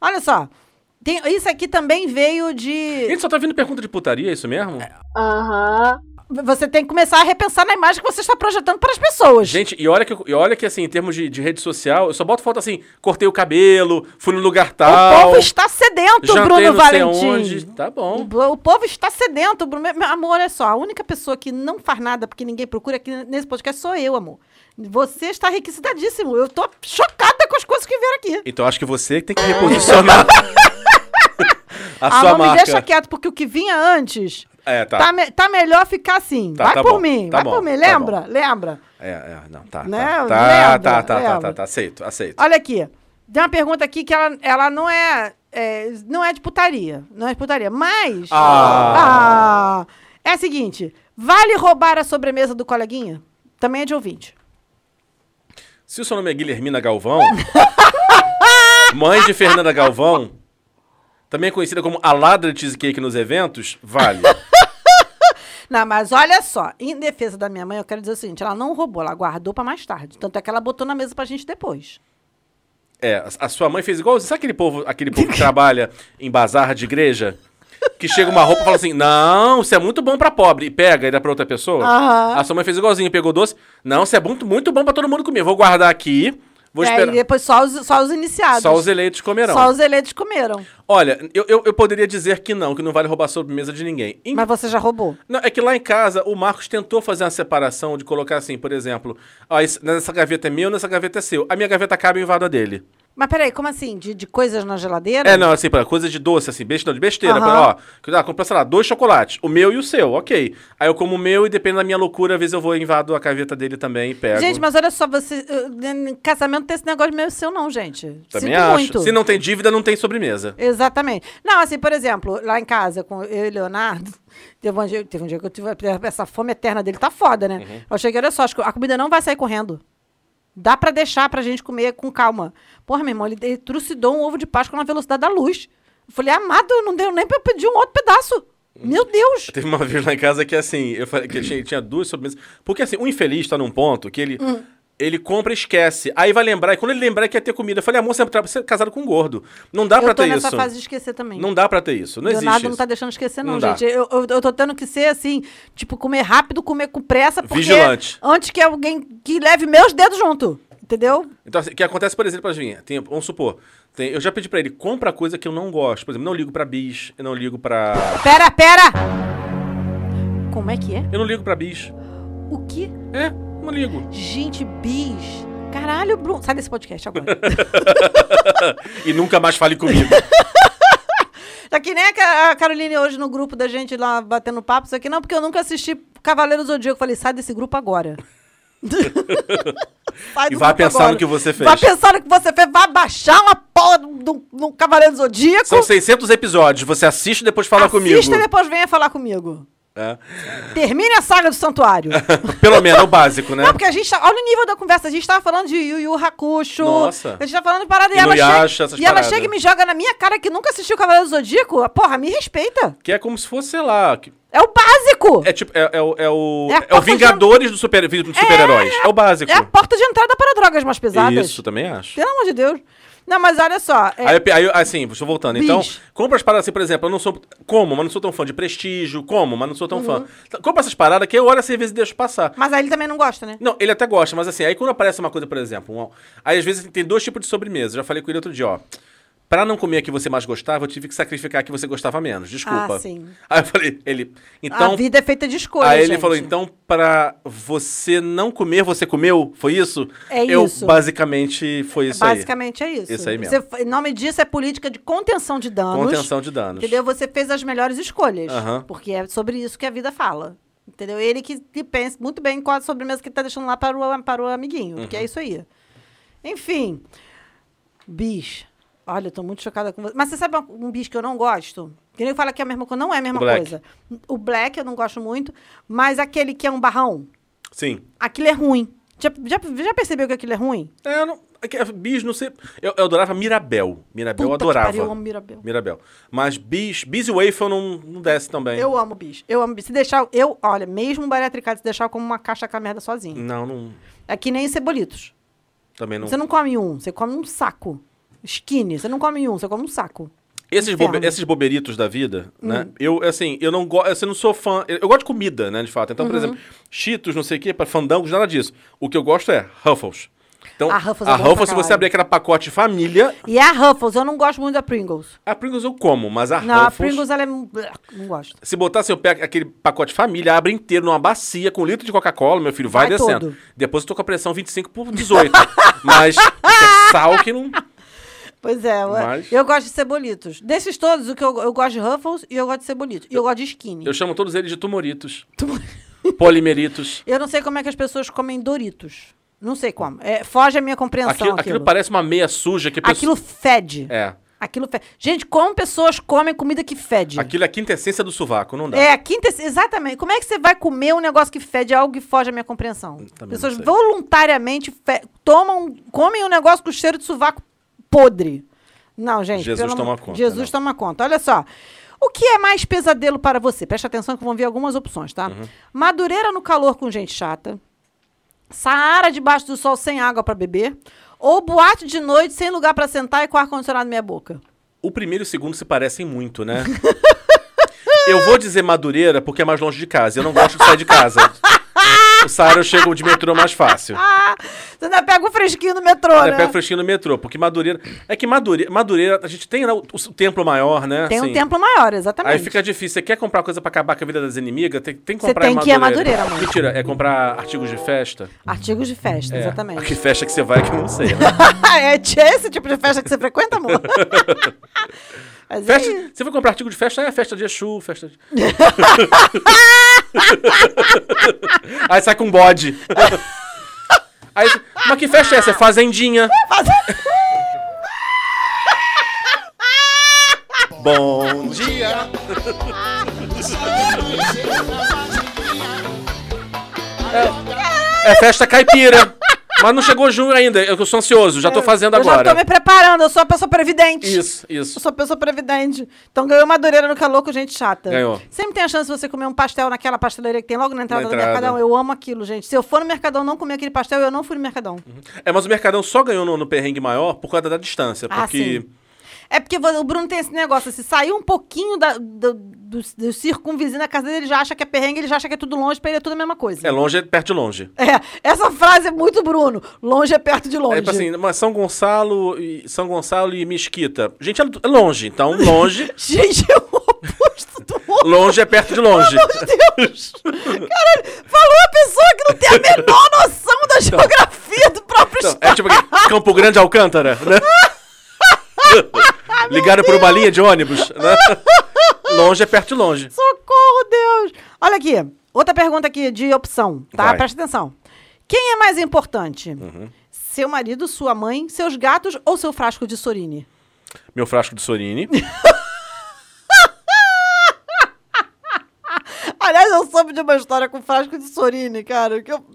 A: Olha só. tem- isso aqui também veio
B: A
A: de.
B: gente só tá vindo pergunta de putaria, é isso mesmo?
A: Você tem que começar a repensar na imagem que você está projetando para as pessoas.
B: Gente, e olha que, eu- e olha que assim, em termos de, de rede social, eu só boto foto assim, cortei o cabelo, fui no lugar
A: O
B: tal.
A: povo está sedento,
B: jantei
A: Bruno
B: não sei
A: Valentim.
B: onde. Tá
A: O,
B: bom.
A: bo- o povo está sedento, Bruno. Meu amor, olha só. A única pessoa que não faz nada porque ninguém procura aqui nesse podcast sou eu, amor. Você está requisitadíssimo. Eu tô chocada com as coisas que vieram aqui.
B: Então acho que você que tem que reposicionar a
A: Ah,
B: sua
A: não me
B: marca.
A: deixa quieto, porque o que vinha antes
B: É, tá.
A: tá, me- tá melhor ficar assim.
B: Tá,
A: vai
B: tá
A: por
B: bom,
A: mim,
B: tá
A: vai
B: bom,
A: por mim.
B: tá
A: Lembra? Lembra?
B: É, é, não, tá.
A: Né?
B: Tá, tá,
A: Lembra,
B: tá, tá, tá,
A: lembra.
B: tá, tá, aceito, aceito.
A: Olha aqui. Tem uma pergunta aqui que ela, ela não é, é, não é de putaria. Não é de putaria. Mas. Ah,
B: Ah.
A: é a seguinte: vale roubar a sobremesa do coleguinha? Também é de ouvinte.
B: Se o seu nome é Guilhermina Galvão, mãe de Fernanda Galvão, também conhecida como a ladra de cheesecake nos eventos, vale.
A: Não, mas olha só, em defesa da minha mãe, eu quero dizer o seguinte: ela não roubou, ela guardou pra mais tarde. Tanto é que ela botou na mesa pra gente depois.
B: É, a- a sua mãe fez igual. Sabe aquele povo, aquele povo que trabalha em bazar de igreja? Que chega uma roupa e fala assim: Não, isso é muito bom pra pobre. E pega e dá pra outra pessoa.
A: Aham.
B: A sua mãe fez igualzinho, pegou doce. Não, isso é muito, muito bom pra todo mundo comer. Vou guardar aqui, vou
A: É,
B: esperar.
A: E depois só os, só os iniciados.
B: Só os eleitos comerão.
A: Só os eleitos comeram.
B: Olha, eu, eu, eu poderia dizer que não, que não vale roubar sobremesa de ninguém. Em-
A: Mas você já roubou.
B: Não, é que lá em casa o Marcos tentou fazer uma separação de colocar assim, por exemplo, ó, esse- nessa gaveta é meu, nessa gaveta é seu. A minha gaveta cabe e invado a dele.
A: Mas peraí, como assim? De, de coisas na geladeira?
B: É, não, assim, pra coisa de doce, assim, besteira, de besteira.
A: Aham.
B: Pra, ó, que- ah, comprar, sei lá, dois chocolates, o meu e o seu, ok. Aí eu como o meu e dependendo da minha loucura, às vezes eu vou e invado a gaveta dele também e pego.
A: Gente, mas olha só, você. eh, eh, Casamento tem esse negócio meio seu, não, gente.
B: também
A: Sinto
B: acho.
A: muito.
B: Se não tem dívida, não tem sobremesa.
A: Exatamente. Não, assim, por exemplo, lá em casa, com eu e Leonardo, teve um dia, teve um dia que eu tive. Essa fome eterna dele tá foda, né?
B: Uhum.
A: Eu cheguei, olha só, acho que a comida não vai sair correndo. Dá pra deixar pra gente comer com calma. Porra, meu irmão, ele, ele trucidou um ovo de Páscoa na velocidade da luz. Eu falei, amado, não deu nem pra eu pedir um outro pedaço.
B: Uhum.
A: Meu Deus!
B: Teve uma vez lá em casa que assim, eu falei que tinha, tinha duas sobremesas. Porque assim, o infeliz tá num ponto que ele.
A: Hum.
B: Ele compra e esquece. Aí vai lembrar, e quando ele lembrar que ia ter comida, eu falei, amor, você é, tra- você é casado com um gordo. Não dá pra
A: eu tô
B: ter
A: nessa
B: isso.
A: fase de esquecer também.
B: Não dá pra ter isso. Não
A: Leonardo
B: existe.
A: não
B: isso.
A: tá deixando esquecer, não,
B: Não dá.
A: gente. Eu, eu, eu tô tendo que ser assim, tipo, comer rápido, comer com pressa, porque
B: Vigilante.
A: antes que alguém que leve meus dedos junto. Entendeu?
B: Então, assim, o que acontece, por exemplo, pra mim, tem, vamos supor, tem- eu já pedi pra ele, compra coisa que eu não gosto. Por exemplo, não ligo pra bis, eu não ligo pra.
A: Pera, pera! Como é que é?
B: Eu não ligo pra bis.
A: O que?
B: É, não ligo.
A: Gente, bis. Caralho, Bruno. Sai desse podcast agora.
B: E nunca mais fale comigo.
A: Tá que nem a Ca- a Caroline hoje no grupo da gente lá batendo papo, isso aqui. Não, porque eu nunca assisti Cavaleiro do Zodíaco. Eu falei, sai desse grupo agora. Sai
B: E
A: do
B: vá
A: grupo
B: pensar no que você fez.
A: Vá pensar no que você fez. Vá baixar uma porra do, do- do Cavaleiro do Zodíaco.
B: São 600 episódios, você assiste e depois fala comigo.
A: Assista e depois venha falar comigo.
B: É.
A: Termine a saga do santuário.
B: Pelo menos, é o básico, né?
A: Não, porque a gente tá. Olha o nível da conversa. A gente tava falando de Yu Yu Hakusho.
B: Nossa.
A: A gente tava falando de parada e, ela,
B: Inuyasha,
A: chega,
B: essas
A: e ela
B: paradas.
A: chega e me joga na minha cara que nunca assistiu Cavaleiro do Zodíaco. Porra, me respeita.
B: Que é como se fosse, sei lá. que-
A: É o básico.
B: É tipo, é, é o. É o,
A: É a
B: é o
A: porta de-
B: Vingadores do super- dos super-heróis. É, o básico.
A: É a porta de entrada para drogas mais pesadas.
B: Isso, também acho.
A: Pelo amor de Deus. Não, mas olha só. é-
B: Aí, eu pe- aí eu- assim, estou voltando. Então,
A: Bis.
B: compra as paradas assim, por exemplo, eu não sou. Como, mas não sou tão fã de prestígio, como, mas não
A: Uhum.
B: sou tão fã. Então, Compra essas paradas que eu olho assim às vezes e deixo passar.
A: Mas aí ele também não gosta, né?
B: Não, ele até gosta, mas assim, aí quando aparece uma coisa, por exemplo, um- aí às vezes tem dois tipos de sobremesa. Eu já falei com ele outro dia, ó. Pra não comer a que você mais gostava, eu tive que sacrificar a que você gostava menos. Desculpa.
A: Ah, sim.
B: Aí eu falei, ele. Então.
A: a vida é feita de escolhas.
B: Aí ele
A: gente.
B: falou, então, pra você não comer, você comeu? Foi isso?
A: É
B: eu,
A: isso.
B: Basicamente, foi isso
A: Basicamente é isso.
B: Isso aí mesmo.
A: Você fa- em nome disso é política de contenção de
B: aí.
A: danos.
B: Contenção de danos.
A: Entendeu? Você fez as melhores escolhas.
B: Aham.
A: Porque é sobre isso que a vida fala. Entendeu? Ele que, que pensa muito bem qual a sobremesa que ele tá deixando lá para o, para o amiguinho. Porque é
B: Uhum.
A: isso aí. Enfim. Bis. Olha, eu tô muito chocada com você. Mas você sabe uma- um bis que eu não gosto? Que nem fala que é a mesma coisa. Não é a mesma
B: Black.
A: coisa. O black eu não gosto muito. Mas aquele que é um barrão,
B: Sim.
A: aquilo é ruim. Já, já, já percebeu que aquilo é ruim?
B: É, eu não, é que- é, bis, não sei. Eu, eu adorava Mirabel. Mirabel
A: Puta que
B: eu adorava.
A: pariu, eu amo Mirabel.
B: Mirabel. Mas bis, bis e waffle não, não desce também.
A: Eu amo bis. Eu amo bis. Se deixar, eu, olha, mesmo bariatricado, se deixar eu como uma caixa com a merda sozinho.
B: Não, não.
A: É que nem cebolitos.
B: Também não.
A: Você não come um, você come um saco. Skinny, você não come um, você come um saco.
B: Esses,
A: Inferno. Hum.
B: bobe- esses boberitos da vida, né? Eu, assim, eu não gosto. eu não sou fã. Eu, eu gosto de comida, né? De fato. Então,
A: Uhum.
B: por exemplo, cheetos, não sei o quê, para fandangos, nada disso. O que eu gosto é Ruffles. Então,
A: Ah, Ruffles é
B: a
A: bom pra
B: Ruffles, se você
A: caralho.
B: abrir aquele pacote família,
A: E é a Ruffles, eu não gosto muito da Pringles.
B: a Pringles eu como, mas a
A: Não, a
B: Ruffles.
A: Pringles, ela é... um- Não gosto.
B: Se botar assim, eu pego aquele pacote família, abre inteiro numa bacia com um litro de Coca-Cola, meu filho, vai,
A: Vai
B: descendo.
A: todo.
B: Depois eu tô com a pressão 25 por 18. mas é sal que não.
A: Pois é, eu,
B: Mas-
A: eu gosto de cebolitos. Desses todos, o que eu, eu gosto de Ruffles e eu gosto de cebolitos. E eu, gosto de skinny.
B: Eu
A: Eu...
B: chamo todos eles de tumoritos. Polimeritos.
A: não sei como é que as pessoas comem Doritos. Não sei como. É, foge a minha compreensão
B: Aquilo,
A: aquilo.
B: aquilo parece uma meia suja que a pessoa.
A: Aquilo fede.
B: É.
A: Aquilo fede. Gente, como pessoas comem comida que fede?
B: Aquilo é a quinta essência do sovaco, não dá.
A: É, a quinta. Exatamente. Como é que você vai comer um negócio que fede? É algo que foge à minha compreensão.
B: Hum, não
A: Pessoas
B: sei.
A: voluntariamente fe- tomam, comem um negócio com cheiro de sovaco podre. Não, gente.
B: Jesus
A: pelo amor-
B: toma conta, né?
A: Jesus
B: não.
A: toma conta. Olha só. O que é mais pesadelo para você? Preste atenção que vão vir algumas opções, tá?
B: Uhum.
A: Madureira no calor com gente chata. Saara debaixo do sol sem água para beber. Ou boate de noite sem lugar para sentar e com ar-condicionado na minha boca.
B: O primeiro e o segundo se parecem muito, né? eu vou dizer Madureira porque é mais longe de casa. Eu não gosto de sair de casa. O Saara eu chego de metrô mais fácil.
A: Ah, você ainda pega o fresquinho no metrô,
B: Olha,
A: né?
B: pega o fresquinho no metrô, porque Madureira. É que Madureira, Madureira a gente tem lá o, o templo maior, né?
A: Tem um
B: Assim,
A: templo maior,
B: Aí
A: exatamente.
B: fica difícil. Você quer comprar coisa pra acabar com a vida das inimigas? Tem, tem que
A: Você
B: comprar em
A: tem que ir a
B: Madureira.
A: Madureira, mãe.
B: Mentira, é comprar artigos de festa.
A: Artigos de festa,
B: É.
A: exatamente.
B: Que festa que você vai que eu não sei. Né?
A: é t- esse tipo de festa que você frequenta, amor? Mas é
B: Festa,
A: aí-
B: você vai comprar artigo de festa, é festa de Exu, festa de... Aí sai com bode. Aí, mas que festa é essa? É fazendinha. Bom dia. É, é festa caipira. Mas não chegou junho ainda, eu eu sou ansioso, já tô fazendo
A: É. eu
B: agora.
A: já tô me preparando, eu sou uma pessoa previdente.
B: Isso,
A: Eu
B: isso.
A: sou uma pessoa previdente. Então ganhou madureira no calor com gente chata.
B: Ganhou.
A: Sempre tem a chance de você comer um pastel naquela pastelaria que tem logo na entrada,
B: Na entrada.
A: do Mercadão. Eu amo aquilo, gente. Se eu for no Mercadão não comer aquele pastel, eu não fui no Mercadão.
B: É, mas o Mercadão só ganhou no, no perrengue maior por causa da distância.
A: Ah,
B: Porque
A: sim. É porque vo- o Bruno tem esse negócio, se sair um pouquinho da, do, do, do circunvizinho da casa dele, ele já acha que é perrengue, ele já acha que é tudo longe, pra ele é tudo a mesma coisa.
B: é longe, é perto de longe.
A: É, essa frase é muito Bruno. Longe é perto de longe.
B: É tipo assim, mas São Gonçalo e São Gonçalo e Mesquita. Gente, é é longe, então longe,
A: Gente, é o oposto do outro.
B: longe é perto de longe.
A: Meu Deus! Caralho, falou a pessoa que não tem a menor noção da geografia do próprio
B: Então,
A: estado.
B: é tipo aqui, Campo Grande Alcântara, né? Ligado por uma linha de ônibus, né? Longe é perto de longe.
A: Socorro, Deus! Olha aqui, outra pergunta aqui de opção, tá?
B: Vai. Uhum.
A: Presta atenção. Quem é mais importante? Seu marido, sua mãe, seus gatos ou seu frasco de sorine?
B: Meu frasco de Sorine.
A: Aliás, eu soube de uma história com frasco de sorine, cara, que eu-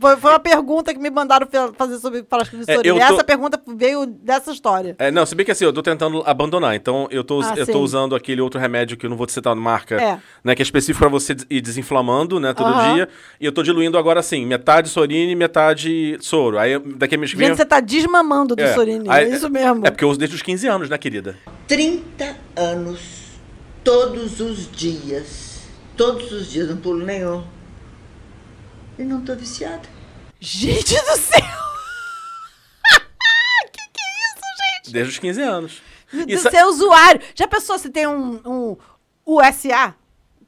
A: Foi foi uma pergunta que me mandaram fa- fazer sobre frasco de
B: É,
A: sorine.
B: eu tô-
A: Essa pergunta veio dessa história.
B: É, não, se bem que assim, eu tô tentando abandonar, então eu tô,
A: Ah,
B: eu
A: sim.
B: tô usando aquele outro remédio que eu não vou te citar marca,
A: É.
B: né? Que é específico pra você des- ir desinflamando, né, todo
A: Aham.
B: dia. E eu tô diluindo agora assim, metade sorine, metade soro. Aí eu- daqui a mês que vem.
A: Gente, você tá desmamando do
B: é.
A: sorine.
B: Aí-
A: é isso mesmo.
B: É porque eu uso desde os 15 anos, né, querida?
F: 30 anos, todos os dias. Todos os dias, não pulo nenhum. E não tô viciada.
A: Gente do céu! é
B: Desde os 15 anos.
A: do
B: E sa-
A: seu usuário. Já pensou se tem um, um USA?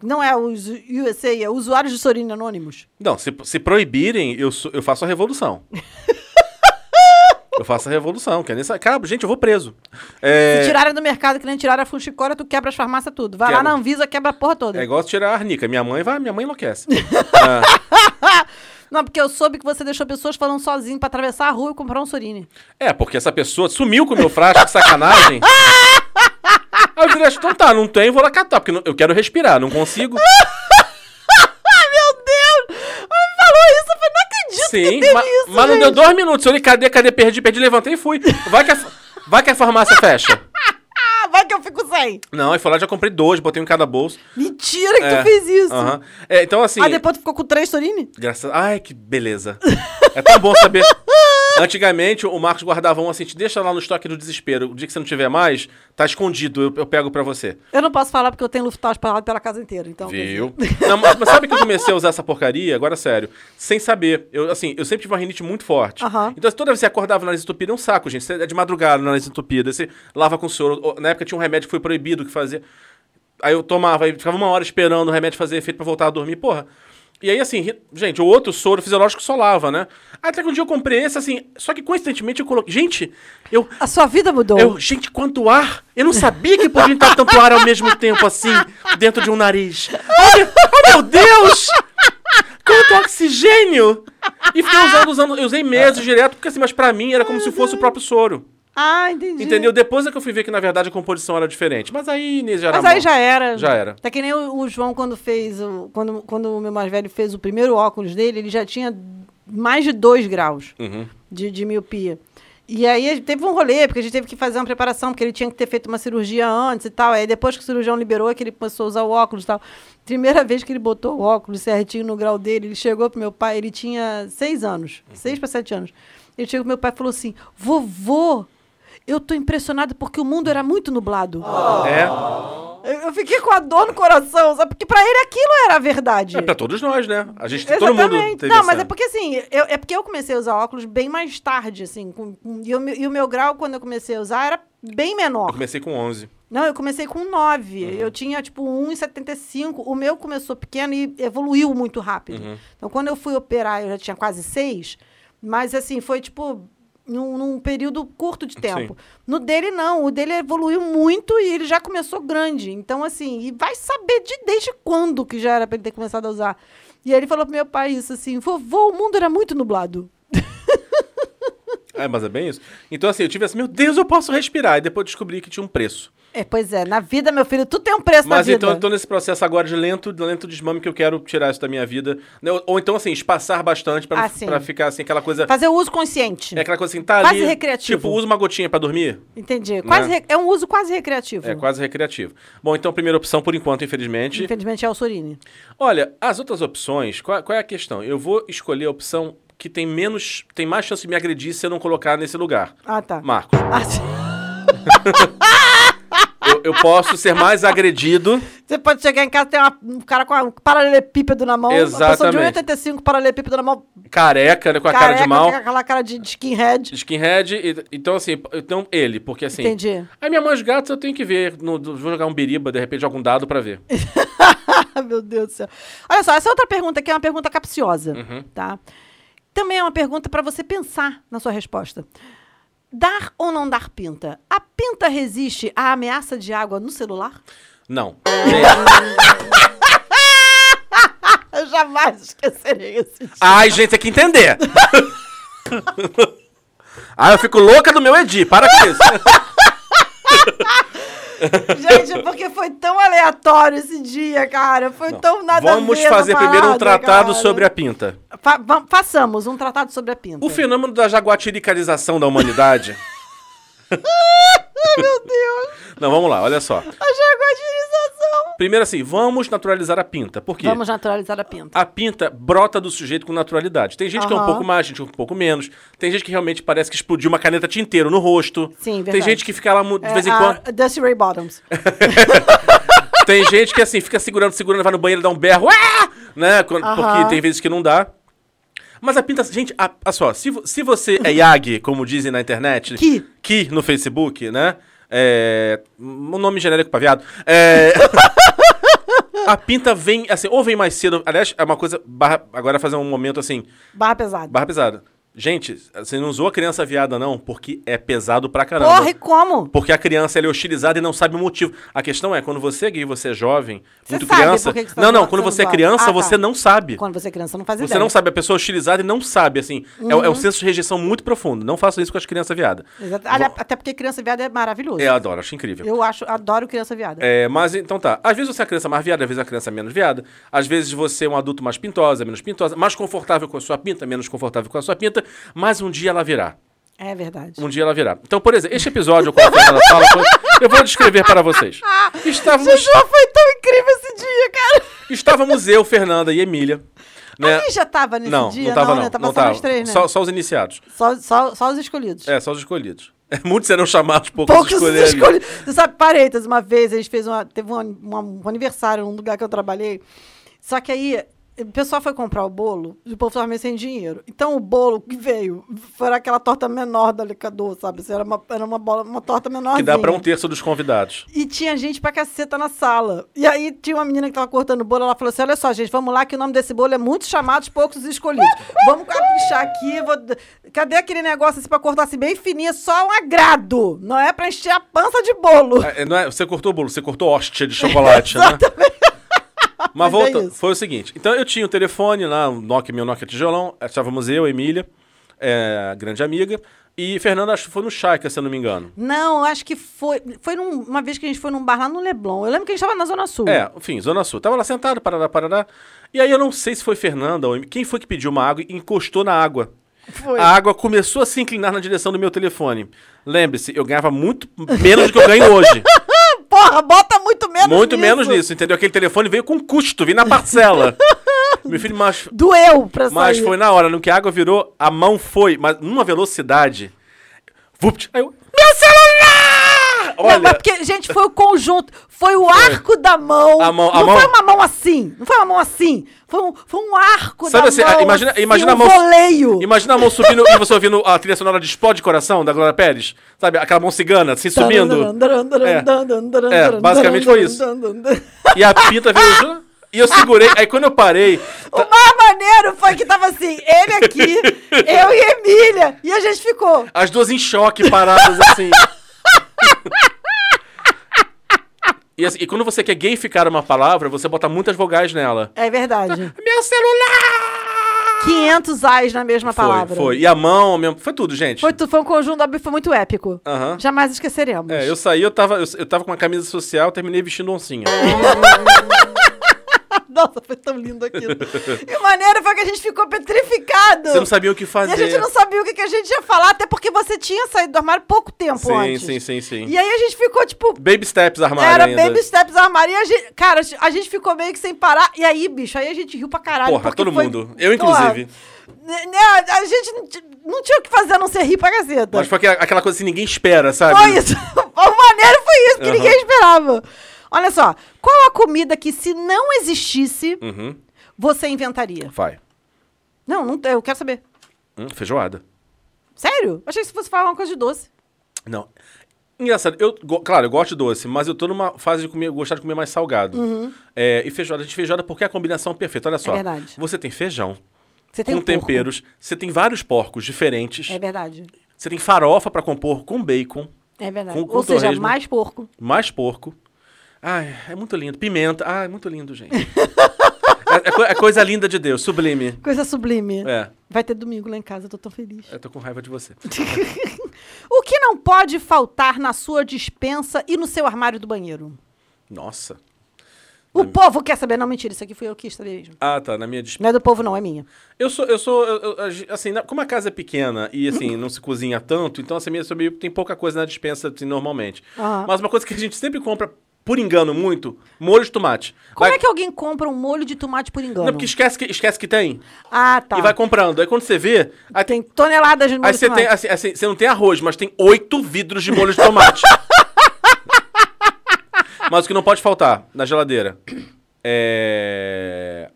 A: Não é os USA, é usuários de Sorine Anônimos.
B: Não, se, se proibirem, eu, sou- eu faço a revolução. eu faço a revolução, que nem sa- Cabo, gente, eu vou preso. É,
A: Se tirarem do mercado que nem tiraram a Funchicora, tu quebra as farmácias tudo. Vai lá
B: Quebra.
A: na Anvisa, quebra a porra toda.
B: é igual tirar a arnica. Minha mãe vai, minha mãe enlouquece.
A: Não, porque eu soube que você deixou pessoas falando sozinho pra atravessar a rua e comprar um Sorine.
B: É, porque essa pessoa sumiu com o meu frasco, que sacanagem. Aí eu virei, então tá, não tem, vou lá catar, porque não- eu quero respirar, não
A: Ah,
B: consigo.
A: Falou isso, eu falei, não acredito
B: Sim,
A: que teve
B: ma-
A: isso,
B: mas não deu
A: gente.
B: dois minutos. Eu olhei, cadê, cadê, perdi, perdi, levantei e fui. Vai que a, fa- vai que a farmácia fecha.
A: Ah, vai que eu fico sem.
B: Não, aí foi lá, já comprei dois, botei um em cada bolso.
A: Mentira que
B: É,
A: tu fez isso.
B: aham. É, então assim...
A: Ah, depois tu ficou com três Sorine?
B: Graças Ai, que beleza. É tão bom saber. Antigamente, o Marcos guardava um assim, te deixa lá no estoque do desespero. O dia que você não tiver mais, tá escondido, eu, eu pego pra você.
A: Eu não posso falar porque eu tenho Lufthansa espalhado pela casa inteira, então... quer dizer-
B: Viu? Não, mas, mas sabe que eu comecei a usar essa porcaria? Agora, sério. Sem saber. Eu, assim, eu sempre tive uma rinite muito forte.
A: Aham.
B: Então, toda vez que você acordava o nariz entupido, é um saco, gente. Você é de madrugada, o nariz entupido. Aí Você lava com soro. Ou, Na época tinha um remédio que foi proibido que fazia. Aí eu tomava, aí ficava uma hora esperando o remédio fazer efeito pra voltar a dormir, porra. E aí, assim, ri- gente, o outro soro fisiológico só lava, né? Até que um dia eu comprei esse, assim, só que coincidentemente eu coloquei. Gente, eu,
A: A sua vida mudou.
B: eu, gente, quanto ar! Eu não sabia que podia entrar tanto ar ao mesmo tempo assim, dentro de um nariz. Oh, meu, oh, meu Deus! Quanto oxigênio! E fiquei usando, usando, eu usei meses direto, porque assim, mas pra mim era como se fosse o próprio soro.
A: Ah, entendi.
B: Entendeu? Depois é que eu fui ver que, na verdade, a composição era diferente. Mas aí, Inês, já era
A: Mas aí
B: mão.
A: já era.
B: Já era.
A: Tá que nem o, o João, quando fez o. Quando, quando o meu mais velho fez o primeiro óculos dele, ele já tinha mais de dois graus
B: Uhum.
A: de, de miopia. E aí a gente teve um rolê, porque a gente teve que fazer uma preparação, porque ele tinha que ter feito uma cirurgia antes e tal. Aí depois que o cirurgião liberou, é que ele começou a usar o óculos e tal. Primeira vez que ele botou o óculos certinho no grau dele, ele chegou pro meu pai, ele tinha seis anos,
B: Uhum.
A: seis para sete anos. Ele chegou pro meu pai e falou assim: vovô, eu tô impressionado porque o mundo era muito nublado.
B: É.
A: Eu eu fiquei com a dor no coração, sabe? Porque pra ele aquilo era a verdade.
B: É pra todos nós, né? A gente, todo mundo teve
A: Não,
B: essa-
A: mas é porque assim, eu- é porque eu comecei a usar óculos bem mais tarde, assim. com- com- e, o, meu- e o meu grau, quando eu comecei a usar, era bem menor.
B: Eu comecei com 11.
A: Não, eu comecei com
B: Uhum.
A: 9. Eu tinha, tipo, 1,75. O meu começou pequeno e evoluiu muito rápido.
B: Uhum.
A: Então, quando eu fui operar, eu já tinha quase 6. Mas, assim, foi, tipo, num, num período curto de tempo. No dele, não. O dele evoluiu muito e ele já começou grande. Então, assim, e vai saber de desde quando que já era pra ele ter começado a usar. E aí ele falou pro meu pai isso, assim, vovô, o mundo era muito nublado.
B: É, mas é bem isso. Então, assim, eu tive assim, meu Deus, eu posso respirar. E depois descobri que tinha um preço.
A: É, pois é, na vida, meu filho, tu tem um preço na
B: Mas
A: vida.
B: então eu tô nesse processo agora de lento, de lento desmame que eu quero tirar isso da minha vida. Né, Ou, ou então, assim, espaçar bastante pra,
A: Ah, sim.
B: pra ficar assim, aquela coisa.
A: Fazer o uso consciente.
B: É aquela coisa assim, tá
A: Quase
B: ali.
A: recreativo.
B: Tipo, usa uma gotinha pra dormir.
A: Entendi. Quase
B: Né?
A: re- É um uso quase recreativo.
B: É quase recreativo. Bom, então, primeira opção, por enquanto, infelizmente.
A: Infelizmente é o Sorini.
B: Olha, as outras opções, qual, qual é a questão? Eu vou escolher a opção que tem menos. tem mais chance de me agredir se eu não colocar nesse lugar.
A: Ah, tá.
B: Marcos,
A: Ah, sim.
B: eu, eu posso ser mais agredido.
A: Você pode chegar em casa e ter uma- um cara com um paralelepípedo na mão. Uma pessoa de
B: Exatamente.
A: 1,85 paralelepípedo na mão.
B: careca, né? Com a cara de
A: careca,
B: mal.
A: com Aquela cara de de skinhead.
B: Skinhead, e- então assim, então ele, porque assim.
A: Entendi.
B: Aí minha mãe de gatos eu tenho que ver. no- do- vou jogar um biriba, de repente, algum dado pra ver.
A: Ah, Meu Deus do céu. Olha só, essa outra pergunta aqui é uma pergunta capciosa,
B: Uhum.
A: tá? Também é uma pergunta para você pensar na sua resposta. Dar ou não dar pinta? A pinta resiste à ameaça de água no celular?
B: Não. Gente.
A: Eu jamais esquecerei esse dia.
B: Ai, gente, tem que entender. Ai, eu fico louca do meu Edi, para com isso.
A: Gente, porque foi tão aleatório esse dia, cara. Foi tão Então, nada a
B: Vamos
A: ver essa
B: fazer primeiro um
A: parada,
B: tratado
A: cara.
B: sobre a pinta.
A: Fa- va- façamos um tratado sobre a pinta.
B: O fenômeno da jaguatiricalização da humanidade.
A: Ai, meu Deus.
B: Não, vamos lá, olha só.
A: A jaguatirização.
B: Primeiro assim, vamos naturalizar a pinta. Por quê?
A: Vamos naturalizar a pinta.
B: a pinta brota do sujeito com naturalidade. Tem gente que é um
A: Aham.
B: pouco mais, gente que é um pouco menos. Tem gente que realmente parece que explodiu uma caneta tinteiro no rosto.
A: Sim,
B: Tem
A: verdade.
B: gente que fica lá mu- de vez em
A: É, a
B: quando.
A: Dusty Ray Bottoms.
B: Tem gente que assim, fica segurando, segurando, vai no banheiro, dá um berro. "Ah!", Né? Quando- Porque
A: Aham.
B: tem vezes que não dá. Mas a pinta, gente, a- olha só, se, vo- se você é Yag, como dizem na internet,
A: Ki.
B: Ki no Facebook, né? É, um nome genérico pra viado. É, a pinta vem, assim, ou vem mais cedo. Aliás, é uma coisa. barra- agora fazer um momento assim.
A: Barra pesada.
B: Barra pesada. Gente, você não usou a criança viada, não, porque é pesado pra caramba.
A: Porra, e como?
B: Porque a criança ela é hostilizada e não sabe o motivo. A questão é, quando você é gay, você é jovem,
A: Você
B: muito
A: sabe
B: criança.
A: por que que você tá
B: não, não,
A: sendo-
B: quando
A: sendo
B: você é
A: zoado.
B: criança,
A: Ah, tá.
B: você não sabe.
A: Quando você é Uhum. criança, não faz
B: Você
A: ideia.
B: não sabe, a pessoa é hostilizada e não sabe, assim. É- É, o senso de rejeição muito profundo. Não façam isso com as crianças viadas.
A: Exato. Aliás, Até porque criança viada é maravilhoso.
B: Eu adoro, acho incrível.
A: Eu acho, adoro criança viada.
B: É, mas então tá. Às vezes você é uma criança mais viada, às vezes é uma criança menos viada. Às vezes você é um adulto mais pintosa, menos pintosa, mais confortável com a sua pinta, menos confortável com a sua pinta, mas um dia ela virá.
A: É, verdade.
B: Um dia ela virá. Então, por exemplo, este episódio, qual foi na sala, foi- eu vou descrever para vocês. Estávamos,
A: João, foi tão incrível esse dia, cara.
B: estávamos eu, Fernanda e Emília. Né?
A: Quem já tava nesse
B: Não,
A: dia?
B: não tava não.
A: né? Tava
B: não
A: só
B: tava.
A: nós três, né?
B: Só- só os iniciados.
A: Só, só, só os escolhidos.
B: É, só os escolhidos. Muitos serão chamados, poucos,
A: Poucos
B: escolheram.
A: escolhidos. Você sabe, parênteses, uma vez a gente fez uma. Teve um, an- uma- um aniversário num lugar que eu trabalhei. Só que aí. O pessoal foi comprar o bolo e o povo tava meio sem dinheiro. Então o bolo que veio foi aquela torta menor da Licador, sabe? Assim, Era uma, era uma, bola, uma torta menor.
B: Que dá pra um terço dos convidados.
A: E tinha gente pra caceta na sala. E aí tinha uma menina que tava cortando o bolo, ela falou assim: olha só, gente, vamos lá, que o nome desse bolo é muitos chamados, poucos escolhidos. Vamos caprichar aqui. vou- Cadê aquele negócio assim pra cortar assim bem fininho? É Só um agrado. Não é pra encher a pança de bolo.
B: É, não é- você cortou o bolo, você cortou hóstia de chocolate, né?
A: Mas
B: Mas volta,
A: é isso.
B: um foi o seguinte. Então eu tinha o telefone lá, um Nokia, meu Nokia tijolão. Estávamos eu, Emília, é grande amiga. E Fernanda acho que foi no Chaika, se eu não me engano.
A: Não, acho que foi. Foi num- uma vez que a gente foi num bar lá no Leblon. Eu lembro que a gente tava na Zona Sul.
B: É, enfim, Zona Sul. Tava lá sentado, parará, parará. E aí eu não sei se foi Fernanda ou quem foi que pediu uma água e encostou na água.
A: Foi.
B: A água começou a se inclinar na direção do meu telefone. Lembre-se, eu ganhava muito menos do que eu ganho hoje.
A: Porra, bota muito menos
B: muito
A: nisso.
B: menos nisso, entendeu? Aquele telefone veio com custo, veio na parcela. meu filho, mas,
A: Doeu pra
B: mas
A: sair.
B: foi na hora, no que a água virou, a mão foi, mas numa velocidade. Vupt! Aí eu, meu celular!
A: Não, mas porque, gente, foi o conjunto. Foi o arco da mão.
B: A mão- a
A: não
B: mão-
A: foi uma mão assim. Não foi uma mão assim. Foi um, foi um arco
B: Sabe
A: da
B: assim,
A: mão.
B: imagina,
A: assim,
B: imagina
A: um
B: a mão.
A: voleio.
B: Imagina a mão subindo e você ouvindo a trilha sonora de Explode Coração da Glória Pérez. Sabe? Aquela mão cigana, assim,
A: Tá
B: subindo. É. É, basicamente foi isso. E a pinta veio ju- E eu segurei. Aí quando eu parei.
A: O mais maneiro foi que tava assim, ele aqui, eu e Emília. E a gente ficou.
B: As duas em choque, paradas assim. e, assim, e quando você quer gayficar uma palavra, você bota muitas vogais nela.
A: É verdade.
B: Meu celular!
A: 500 ais na mesma palavra.
B: Foi, foi. E a mão mesmo. Foi tudo, gente.
A: Foi, tu- foi um conjunto, foi muito épico.
B: Aham.
A: Jamais esqueceremos.
B: É, eu saí, eu tava, eu, eu tava com uma camisa social, terminei vestindo oncinha.
A: Nossa, foi tão lindo aquilo. e o maneiro foi que a gente ficou petrificado.
B: Você não sabia o que
A: E
B: fazer.
A: a gente não sabia o que, que a gente ia falar, até porque você tinha saído do armário pouco tempo
B: Sim,
A: antes.
B: sim, sim, sim.
A: E aí a gente ficou, tipo,
B: Baby steps armário
A: era
B: ainda.
A: baby steps armário. E a gente, cara, a gente ficou meio que sem parar. E aí, bicho, aí a gente riu pra caralho.
B: Porra,
A: porque
B: todo
A: foi-
B: mundo. Eu,
A: Porra,
B: inclusive.
A: né, né, a, a gente não, ti- não tinha o que fazer a não ser rir pra gazeta.
B: Mas foi aquela- aquela coisa assim, ninguém espera, sabe?
A: Foi isso. O maneiro foi isso, que
B: Aham.
A: ninguém esperava. Olha só, qual a comida que se não existisse,
B: Uhum.
A: você inventaria?
B: Vai.
A: Não, não, eu quero saber.
B: Hum, feijoada.
A: Sério? Achei que você fosse falar uma coisa de doce.
B: Não. Engraçado, eu, go- claro, eu gosto de doce, mas eu tô numa fase de comer, gostar de comer mais salgado. É, e feijoada, gente, feijoada porque é a combinação perfeita. Olha só.
A: Uhum. É verdade.
B: Você tem feijão,
A: Você tem
B: com
A: um porco.
B: temperos, você tem vários porcos diferentes,
A: É verdade.
B: você tem farofa pra compor com bacon,
A: É verdade.
B: Com- com
A: Ou seja,
B: torresmo.
A: mais porco.
B: mais porco. Ai, é muito lindo. Pimenta, ai, é muito lindo, gente. é, é co- é coisa linda de Deus, sublime.
A: Coisa sublime.
B: É.
A: Vai ter domingo lá em casa, eu tô tão feliz.
B: Eu tô com raiva de você.
A: O que não pode faltar na sua dispensa e no seu armário do banheiro?
B: Nossa.
A: O povo quer saber. Não, mentira, isso aqui fui eu que estarei mesmo.
B: Ah, tá, na minha dispensa.
A: Não é do povo, não, é minha.
B: Eu sou, eu sou, eu- eu- a gen- assim, na- como a casa é pequena e, assim, não se cozinha tanto, então, assim, minha família tem pouca coisa na dispensa, assim, normalmente.
A: Aham.
B: Mas uma coisa que a gente sempre compra, por engano muito, molho de tomate.
A: Como
B: Vai-
A: é que alguém compra um molho de tomate por engano?
B: Não, porque esquece que, esquece que tem.
A: Ah, tá.
B: E vai comprando. Aí quando você vê, aí,
A: Tem toneladas de molho
B: aí
A: de
B: você
A: tomate.
B: tem, assim, assim, você não tem arroz, mas tem oito vidros de molho de tomate. mas o que não pode faltar na geladeira é...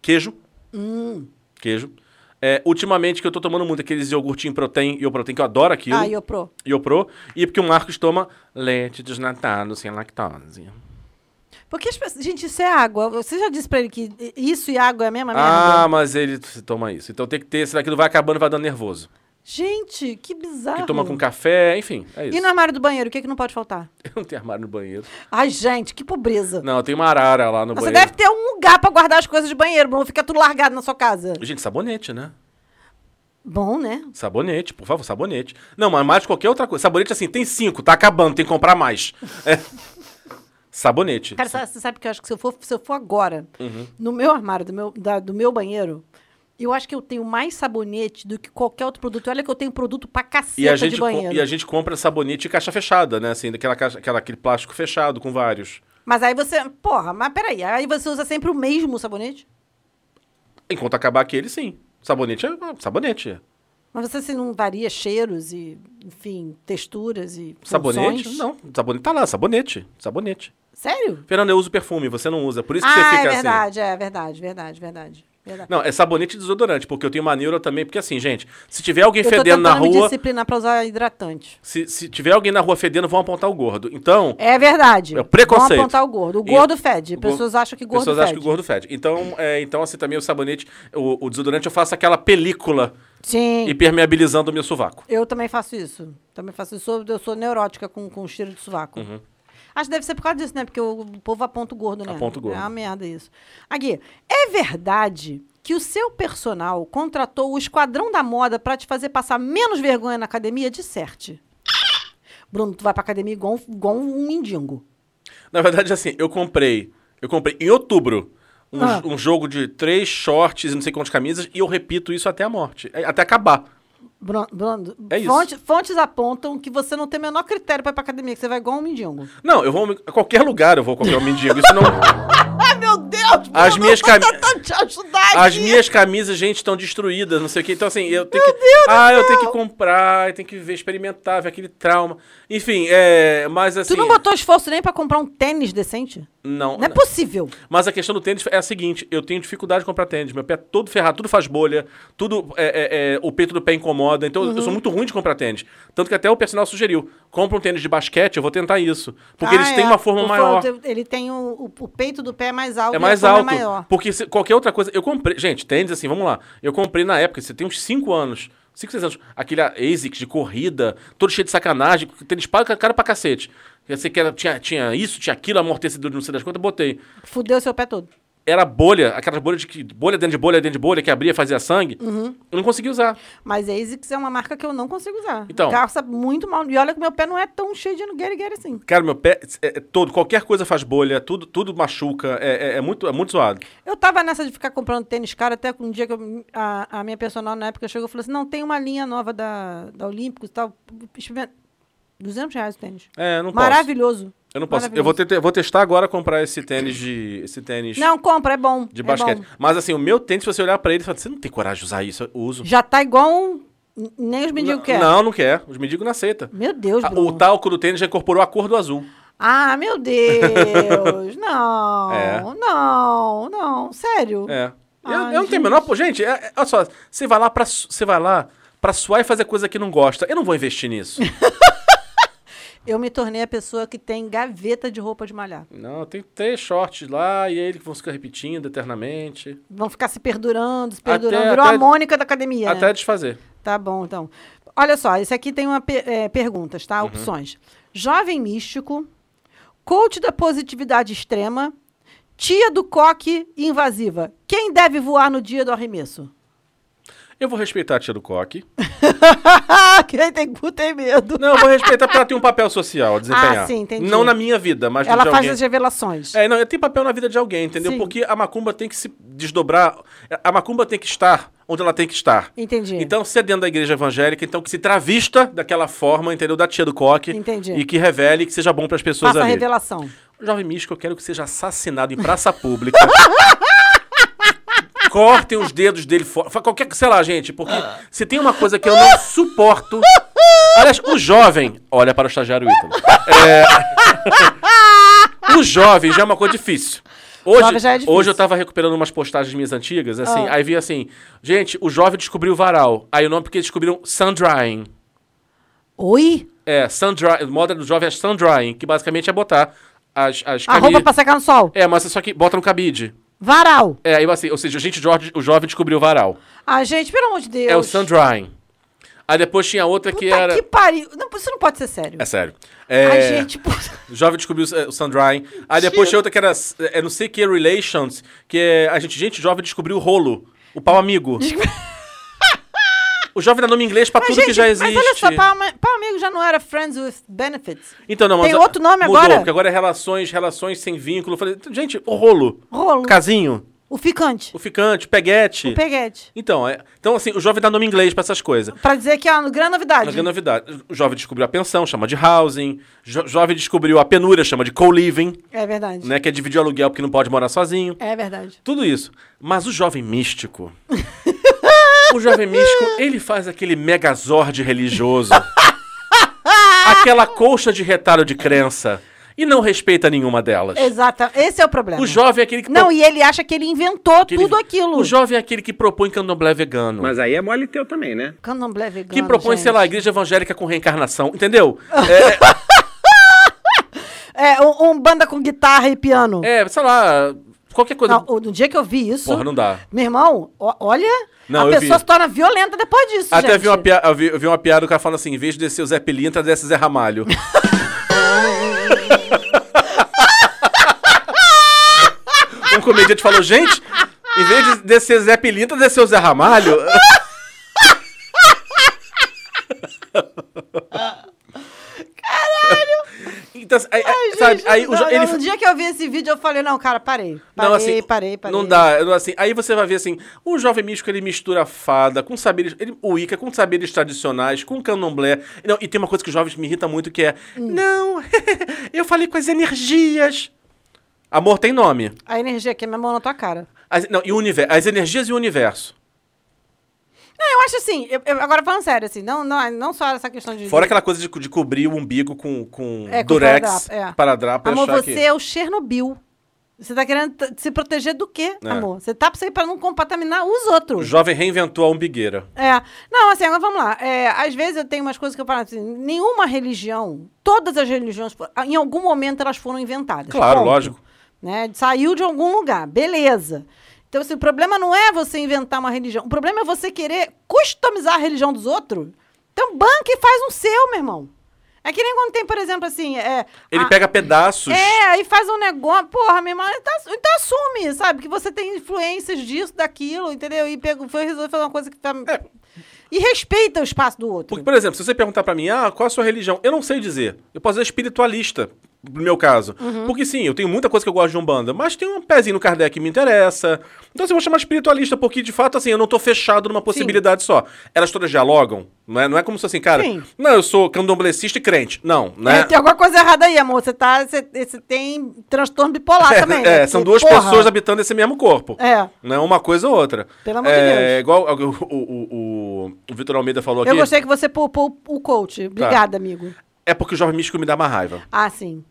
B: Queijo.
A: Hum.
B: Queijo. É, ultimamente, que eu tô tomando muito aqueles iogurtinho protein, ioprotein, que assim, eu adoro aquilo.
A: Ah, Iopro.
B: Iopro. E é porque o Marcos toma leite desnatado, sem
A: Tá
B: lactose.
A: Porque, as pessoas- gente, isso é água. Você já disse pra ele que isso e água é a mesma merda?
B: Ah, mas ele toma isso. Então tem que ter, senão aquilo vai acabando, vai dando nervoso.
A: Gente, que bizarro.
B: Que toma com café, enfim, é isso.
A: Tá E no armário do banheiro, o que, que não pode faltar?
B: Eu não tenho armário no banheiro.
A: Ai, gente, que pobreza.
B: Não, tem uma arara lá no
A: Você
B: banheiro.
A: deve ter um lugar pra guardar as coisas de banheiro, Bruno. Fica tudo largado na sua casa.
B: Gente, sabonete, né?
A: Bom, né?
B: Sabonete, por favor, sabonete. Não, mas mais de qualquer outra coisa. Sabonete, assim, tem cinco, tá acabando, tem que comprar mais. É. Sabonete.
A: Cara, sabe- você sabe que eu acho que se eu for, se eu for agora
B: Uhum.
A: no meu armário, do meu, da- do meu banheiro, eu acho que eu tenho mais sabonete do que qualquer outro produto. Olha que eu tenho produto pra caceta
B: E a, gente
A: de
B: co-
A: banheiro.
B: e a gente compra sabonete em caixa fechada, né? Assim, daquela caixa, aquela, aquele plástico fechado com vários.
A: Mas aí você. Porra, mas peraí. Aí você usa sempre o mesmo sabonete?
B: Enquanto acabar aquele, sim. Sabonete é ah, sabonete.
A: Mas você assim, não varia cheiros e, enfim, texturas e.
B: Sabonete?
A: funções?
B: Não, sabonete tá lá, sabonete. Sabonete.
A: Sério?
B: Fernando, eu uso perfume, você não usa. Por isso que
A: ah,
B: você
A: é
B: fica assim.
A: verdade, é verdade, verdade, verdade. verdade.
B: Não, é sabonete e desodorante, porque eu tenho uma neura também, porque assim, gente, se tiver alguém
A: eu tô tentando
B: fedendo na
A: me
B: rua,
A: disciplinar pra usar hidratante.
B: se, se tiver alguém na rua fedendo, vão apontar o gordo. Então,
A: É verdade.
B: É o preconceito.
A: Vamos apontar o gordo. O
B: E-
A: gordo fede.
B: o gordo-
A: Pessoas acham que gordo
B: pessoas
A: fede.
B: acham que o gordo fede. Então, é, então assim, também o sabonete, o, o desodorante, eu faço aquela película
A: Sim.
B: impermeabilizando o meu sovaco. Uhum.
A: Eu também faço isso. Também faço isso. Eu sou- Eu sou neurótica com, com cheiro de sovaco. Acho que deve ser por causa disso, né? Porque o povo aponta o gordo, né?
B: Aponta o gordo.
A: É uma merda isso. Aqui, é verdade que o seu personal contratou o Esquadrão da Moda pra te fazer passar menos vergonha na academia? De certo. Bruno, tu vai pra academia igual, um- igual um mendigo.
B: Na verdade, assim, eu comprei. Eu comprei em outubro um,
A: Ah.
B: um jogo de três shorts e não sei quantas camisas, e eu repito isso até a morte. é, Até acabar.
A: Bruno, Bruno,
B: É isso.
A: fonte- fontes apontam que você não tem o menor critério pra ir pra academia, que você vai igual um mendigo.
B: Não, eu vou a qualquer lugar, eu vou a qualquer mendigo. Isso não.
A: Ai, meu Deus!
B: As
A: Bruno,
B: minhas
A: eu tô
B: cami-
A: tentando te ajudar
B: As
A: aqui.
B: minhas camisas, gente, estão destruídas, não sei o que. Então, assim, eu tenho que. ah, eu tenho que comprar, eu tenho que ver, experimentar, ver aquele trauma. Enfim, é. Mas assim.
A: Tu não botou esforço nem pra comprar um tênis decente?
B: Não,
A: Não é
B: não.
A: possível.
B: Mas a questão do tênis é a seguinte: eu tenho dificuldade de comprar tênis. Meu pé é todo ferrado, tudo faz bolha, tudo é, é, é, o peito do pé incomoda. Então
A: Uhum.
B: eu sou muito ruim de comprar tênis. Tanto que até o personal sugeriu: compra um tênis de basquete, eu vou tentar isso. Porque eles
A: Ah,
B: têm
A: é.
B: uma forma
A: Por
B: maior.
A: favor, Ele tem o, o- o peito do pé mais alto.
B: É
A: e a
B: mais
A: forma
B: alto.
A: maior.
B: Porque se- qualquer outra coisa. Eu comprei. Gente, tênis, assim, vamos lá. Eu comprei na época, você tem uns 5 anos. 5, 6 anos. Aquele ASICS de corrida, todo cheio de sacanagem, com tênis para cara pra cacete. Eu sei que era, tinha, tinha isso, tinha aquilo, amortecedor de não sei das quantas, botei.
A: Fudeu seu pé todo.
B: Era bolha, aquelas bolhas de que. Bolha dentro de bolha, dentro de bolha, que abria, fazia sangue.
A: Uhum.
B: Eu não consegui usar.
A: Mas ASICS é uma marca que eu não consigo usar.
B: Então.
A: Calça muito mal. E olha que meu pé não é tão cheio de guerre assim.
B: Cara, meu pé é, é todo, qualquer coisa faz bolha, tudo, tudo machuca, é, é- é muito, é muito zoado.
A: Eu tava nessa de ficar comprando tênis caro, até que um dia que eu- a, a minha personal na época chegou e falou assim, não, tem uma linha nova da, da Olímpicos e tal. experimenta." 200 reais o tênis.
B: É, não posso.
A: Maravilhoso.
B: Eu não posso. Eu vou, te- vou testar agora comprar esse tênis de. Esse tênis.
A: Não, compra, é bom.
B: De
A: é
B: basquete.
A: bom.
B: Mas assim, o meu tênis, se você olhar pra ele, você fala, você não tem coragem de usar isso, eu uso.
A: Já tá igual um... n- Nem os mendigos querem.
B: Não, não quer. Os mendigos não aceitam.
A: Meu Deus,
B: Ah,
A: Bruno.
B: O talco do tênis já incorporou a cor do azul.
A: Ah, meu Deus! Não!
B: É.
A: Não, não, sério.
B: É. Eu- eu,
A: Ai,
B: não tenho a menor... pô, Gente, é- é- olha só, você vai lá pra, su- você vai lá pra suar e fazer coisa que não gosta. Eu não vou investir nisso.
A: Eu me tornei a pessoa que tem gaveta de roupa de malhar.
B: não, tem três shorts lá e eles vão ficar repetindo eternamente.
A: Vão ficar se perdurando, se
B: Até-
A: perdurando. Virou
B: até-
A: a Mônica da academia. né?
B: Até desfazer.
A: Tá bom, então. Olha só, esse aqui tem uma pe- é, perguntas,
B: Uhum.
A: tá? Opções. Jovem místico, coach da positividade extrema, tia do coque invasiva. Quem deve voar no dia do arremesso?
B: Eu vou respeitar a tia do coque.
A: Quem tem cu tem medo.
B: Não, eu vou respeitar porque ela tem um papel social a desempenhar.
A: Ah, sim, entendi.
B: Não na minha vida, mas no
A: Ela
B: de
A: faz
B: alguém.
A: as revelações.
B: É, não, tem papel na vida de alguém, entendeu?
A: Sim.
B: Porque a macumba tem que se desdobrar, a macumba tem que estar onde ela tem que estar.
A: Entendi.
B: Então, se é dentro da igreja evangélica, então que se travista daquela forma, entendeu? Da tia do coque.
A: Entendi.
B: E que revele, que seja bom para as pessoas
A: Faça a
B: ali.
A: revelação.
B: Jovem místico, eu quero que seja assassinado em praça pública. Cortem os dedos dele fora. Fa- Qualquer, sei lá, gente, porque se tem uma coisa que eu não suporto. Aliás, o jovem. Olha para o estagiário Ítalo. É... o jovem já é uma coisa difícil. Hoje,
A: Jovem já é difícil. Ah.
B: hoje eu tava recuperando umas postagens minhas antigas, assim, aí vi assim, gente, o jovem descobriu o varal. Aí o nome porque eles descobriram sun drying.
A: Oi?
B: É, sun dry, moda do jovem é sun drying, que basicamente é botar as, as
A: A roupa
B: camisas-
A: pra secar no sol.
B: é, mas só que bota no cabide.
A: Varal.
B: É, aí assim, ou seja, gente, o Jorge- o jovem descobriu o varal.
A: Ah, gente, pelo amor de Deus.
B: É o sun drying. Aí depois tinha outra
A: Puta
B: que era.
A: que pariu. Não, isso não pode ser sério.
B: É sério. É,
A: Ai, gente, puta.
B: O jovem descobriu o sun drying. Aí depois tinha outra que era. É não sei que relations, que é. A gente, gente, o jovem descobriu o rolo. O pau amigo. o jovem dá nome em inglês pra
A: Mas,
B: tudo
A: gente,
B: que já
A: mas
B: existe.
A: olha só, Pau Ami- Pau um Amigo já não era Friends with Benefits.
B: Então, não, mas
A: Tem
B: a-
A: outro nome
B: mudou,
A: agora?
B: Porque agora é relações, relações sem vínculo. Eu Falei, gente, o rolo.
A: Rolo.
B: Casinho.
A: O ficante.
B: O ficante, peguete.
A: O peguete.
B: Então, é- então, assim, o jovem dá nome em inglês pra essas coisas.
A: Pra dizer que é uma grande novidade.
B: Mas grande novidade. O jovem descobriu a pensão, chama de housing. Jo jovem descobriu a penúria, chama de co-living,
A: É verdade.
B: né? Que é dividir o aluguel porque não pode morar sozinho.
A: É verdade.
B: Tudo isso. Mas o jovem místico. o jovem místico, ele faz aquele megazord religioso. aquela colcha de retalho de crença. E não respeita nenhuma delas.
A: Exata. Esse é o problema.
B: O jovem é aquele que.
A: Não,
B: pro-
A: e ele acha que ele inventou
B: aquele-
A: tudo aquilo.
B: O jovem é aquele que propõe candomblé vegano.
C: Mas aí é mole teu também, né?
A: Candomblé vegano,
B: que propõe,
A: gente. Ah.
B: sei lá, a igreja evangélica com reencarnação. Entendeu?
A: É, um, um banda com guitarra e piano.
B: É, sei lá, qualquer coisa.
A: Não, o- no dia que eu vi isso...
B: Porra, não dá.
A: Meu irmão, ó- olha...
B: Não,
A: a
B: eu
A: pessoa
B: vi.
A: se torna violenta depois disso,
B: Até
A: gente.
B: vi uma, pia- eu vi, eu vi uma piada do cara falando assim: em vez de descer o Zé Pilintra, desce o Zé Ramalho. Um comediante falou, gente, em vez de descer Zé Pilintra, desceu Zé Ramalho. Então, aí, aí,
A: Ai,
B: sabe,
A: gente,
B: aí o
A: não,
B: jo- ele,
A: não, no dia que eu vi esse vídeo, eu falei, não, cara, parei. Parei,
B: não, assim,
A: parei, parei.
B: Não dá, eu- assim, aí você vai ver assim, o jovem místico ele mistura fada com saberes, ele, o Ica com saberes tradicionais, com candomblé. Não, e tem uma coisa que os jovens me irritam muito que é,
A: Hum.
B: não, eu falei com as energias. Amor tem nome.
A: A energia aqui é minha mão na tua cara.
B: As, não, e o universo, as energias e o universo.
A: Não, eu acho assim, eu- eu- agora falando sério, assim, não, não, não só essa questão de.
B: Fora aquela coisa de, co- de cobrir o umbigo com, com
A: É, com
B: durex,
A: paradrapo, é.
B: paradrapo e
A: Amor,
B: achar
A: você
B: que...
A: é o Chernobyl. Você tá querendo t- se proteger do quê,
B: É.
A: amor? Você tá pra sair pra não contaminar os
B: O
A: outros.
B: jovem reinventou a umbigueira.
A: É. Não, assim, agora vamos lá. É, às vezes eu tenho umas coisas que eu falo assim, nenhuma religião, todas as religiões, fo- em algum momento elas foram inventadas.
B: Claro,
A: Ponto.
B: lógico.
A: Né? Saiu de algum lugar, beleza. Então, assim, o problema não é você inventar uma religião. O problema é você querer customizar a religião dos outros. Então, banca e faz um seu, meu irmão. É que nem quando tem, por exemplo, assim. É,
B: Ele
A: a-
B: pega pedaços.
A: é, aí faz um negócio. Porra, meu irmão, então, ass- então assume, sabe? Que você tem influências disso, daquilo, entendeu? E pegou, foi resolver fazer uma coisa que. Tá...
B: É.
A: E respeita o espaço do outro.
B: Porque, por exemplo, se você perguntar pra mim, ah, qual é a sua religião? Eu não sei dizer. Eu posso dizer espiritualista, no meu caso.
A: Uhum.
B: Porque sim, eu tenho muita coisa que eu gosto de Umbanda, mas tem um pezinho no Kardec que me interessa. Então assim, eu vou chamar de espiritualista, porque de fato, assim, eu não tô fechado numa possibilidade só. Elas todas dialogam, não é? Não é como se assim, cara,
A: Sim.
B: não, eu sou candomblessista e crente. Não, né?
A: É, tem alguma coisa errada aí, amor. Você tá, você, você tem transtorno bipolar
B: É,
A: também.
B: é,
A: né?
B: são
A: Porque,
B: duas
A: porra,
B: pessoas habitando esse mesmo corpo.
A: É.
B: Não é uma coisa ou outra.
A: Pelo amor de
B: é,
A: Deus.
B: Igual o, o, o, o Vitor Almeida falou aqui.
A: Eu gostei que você poupou o coach. Obrigada, amigo.
B: É porque o jovem místico me dá uma raiva.
A: Ah, sim.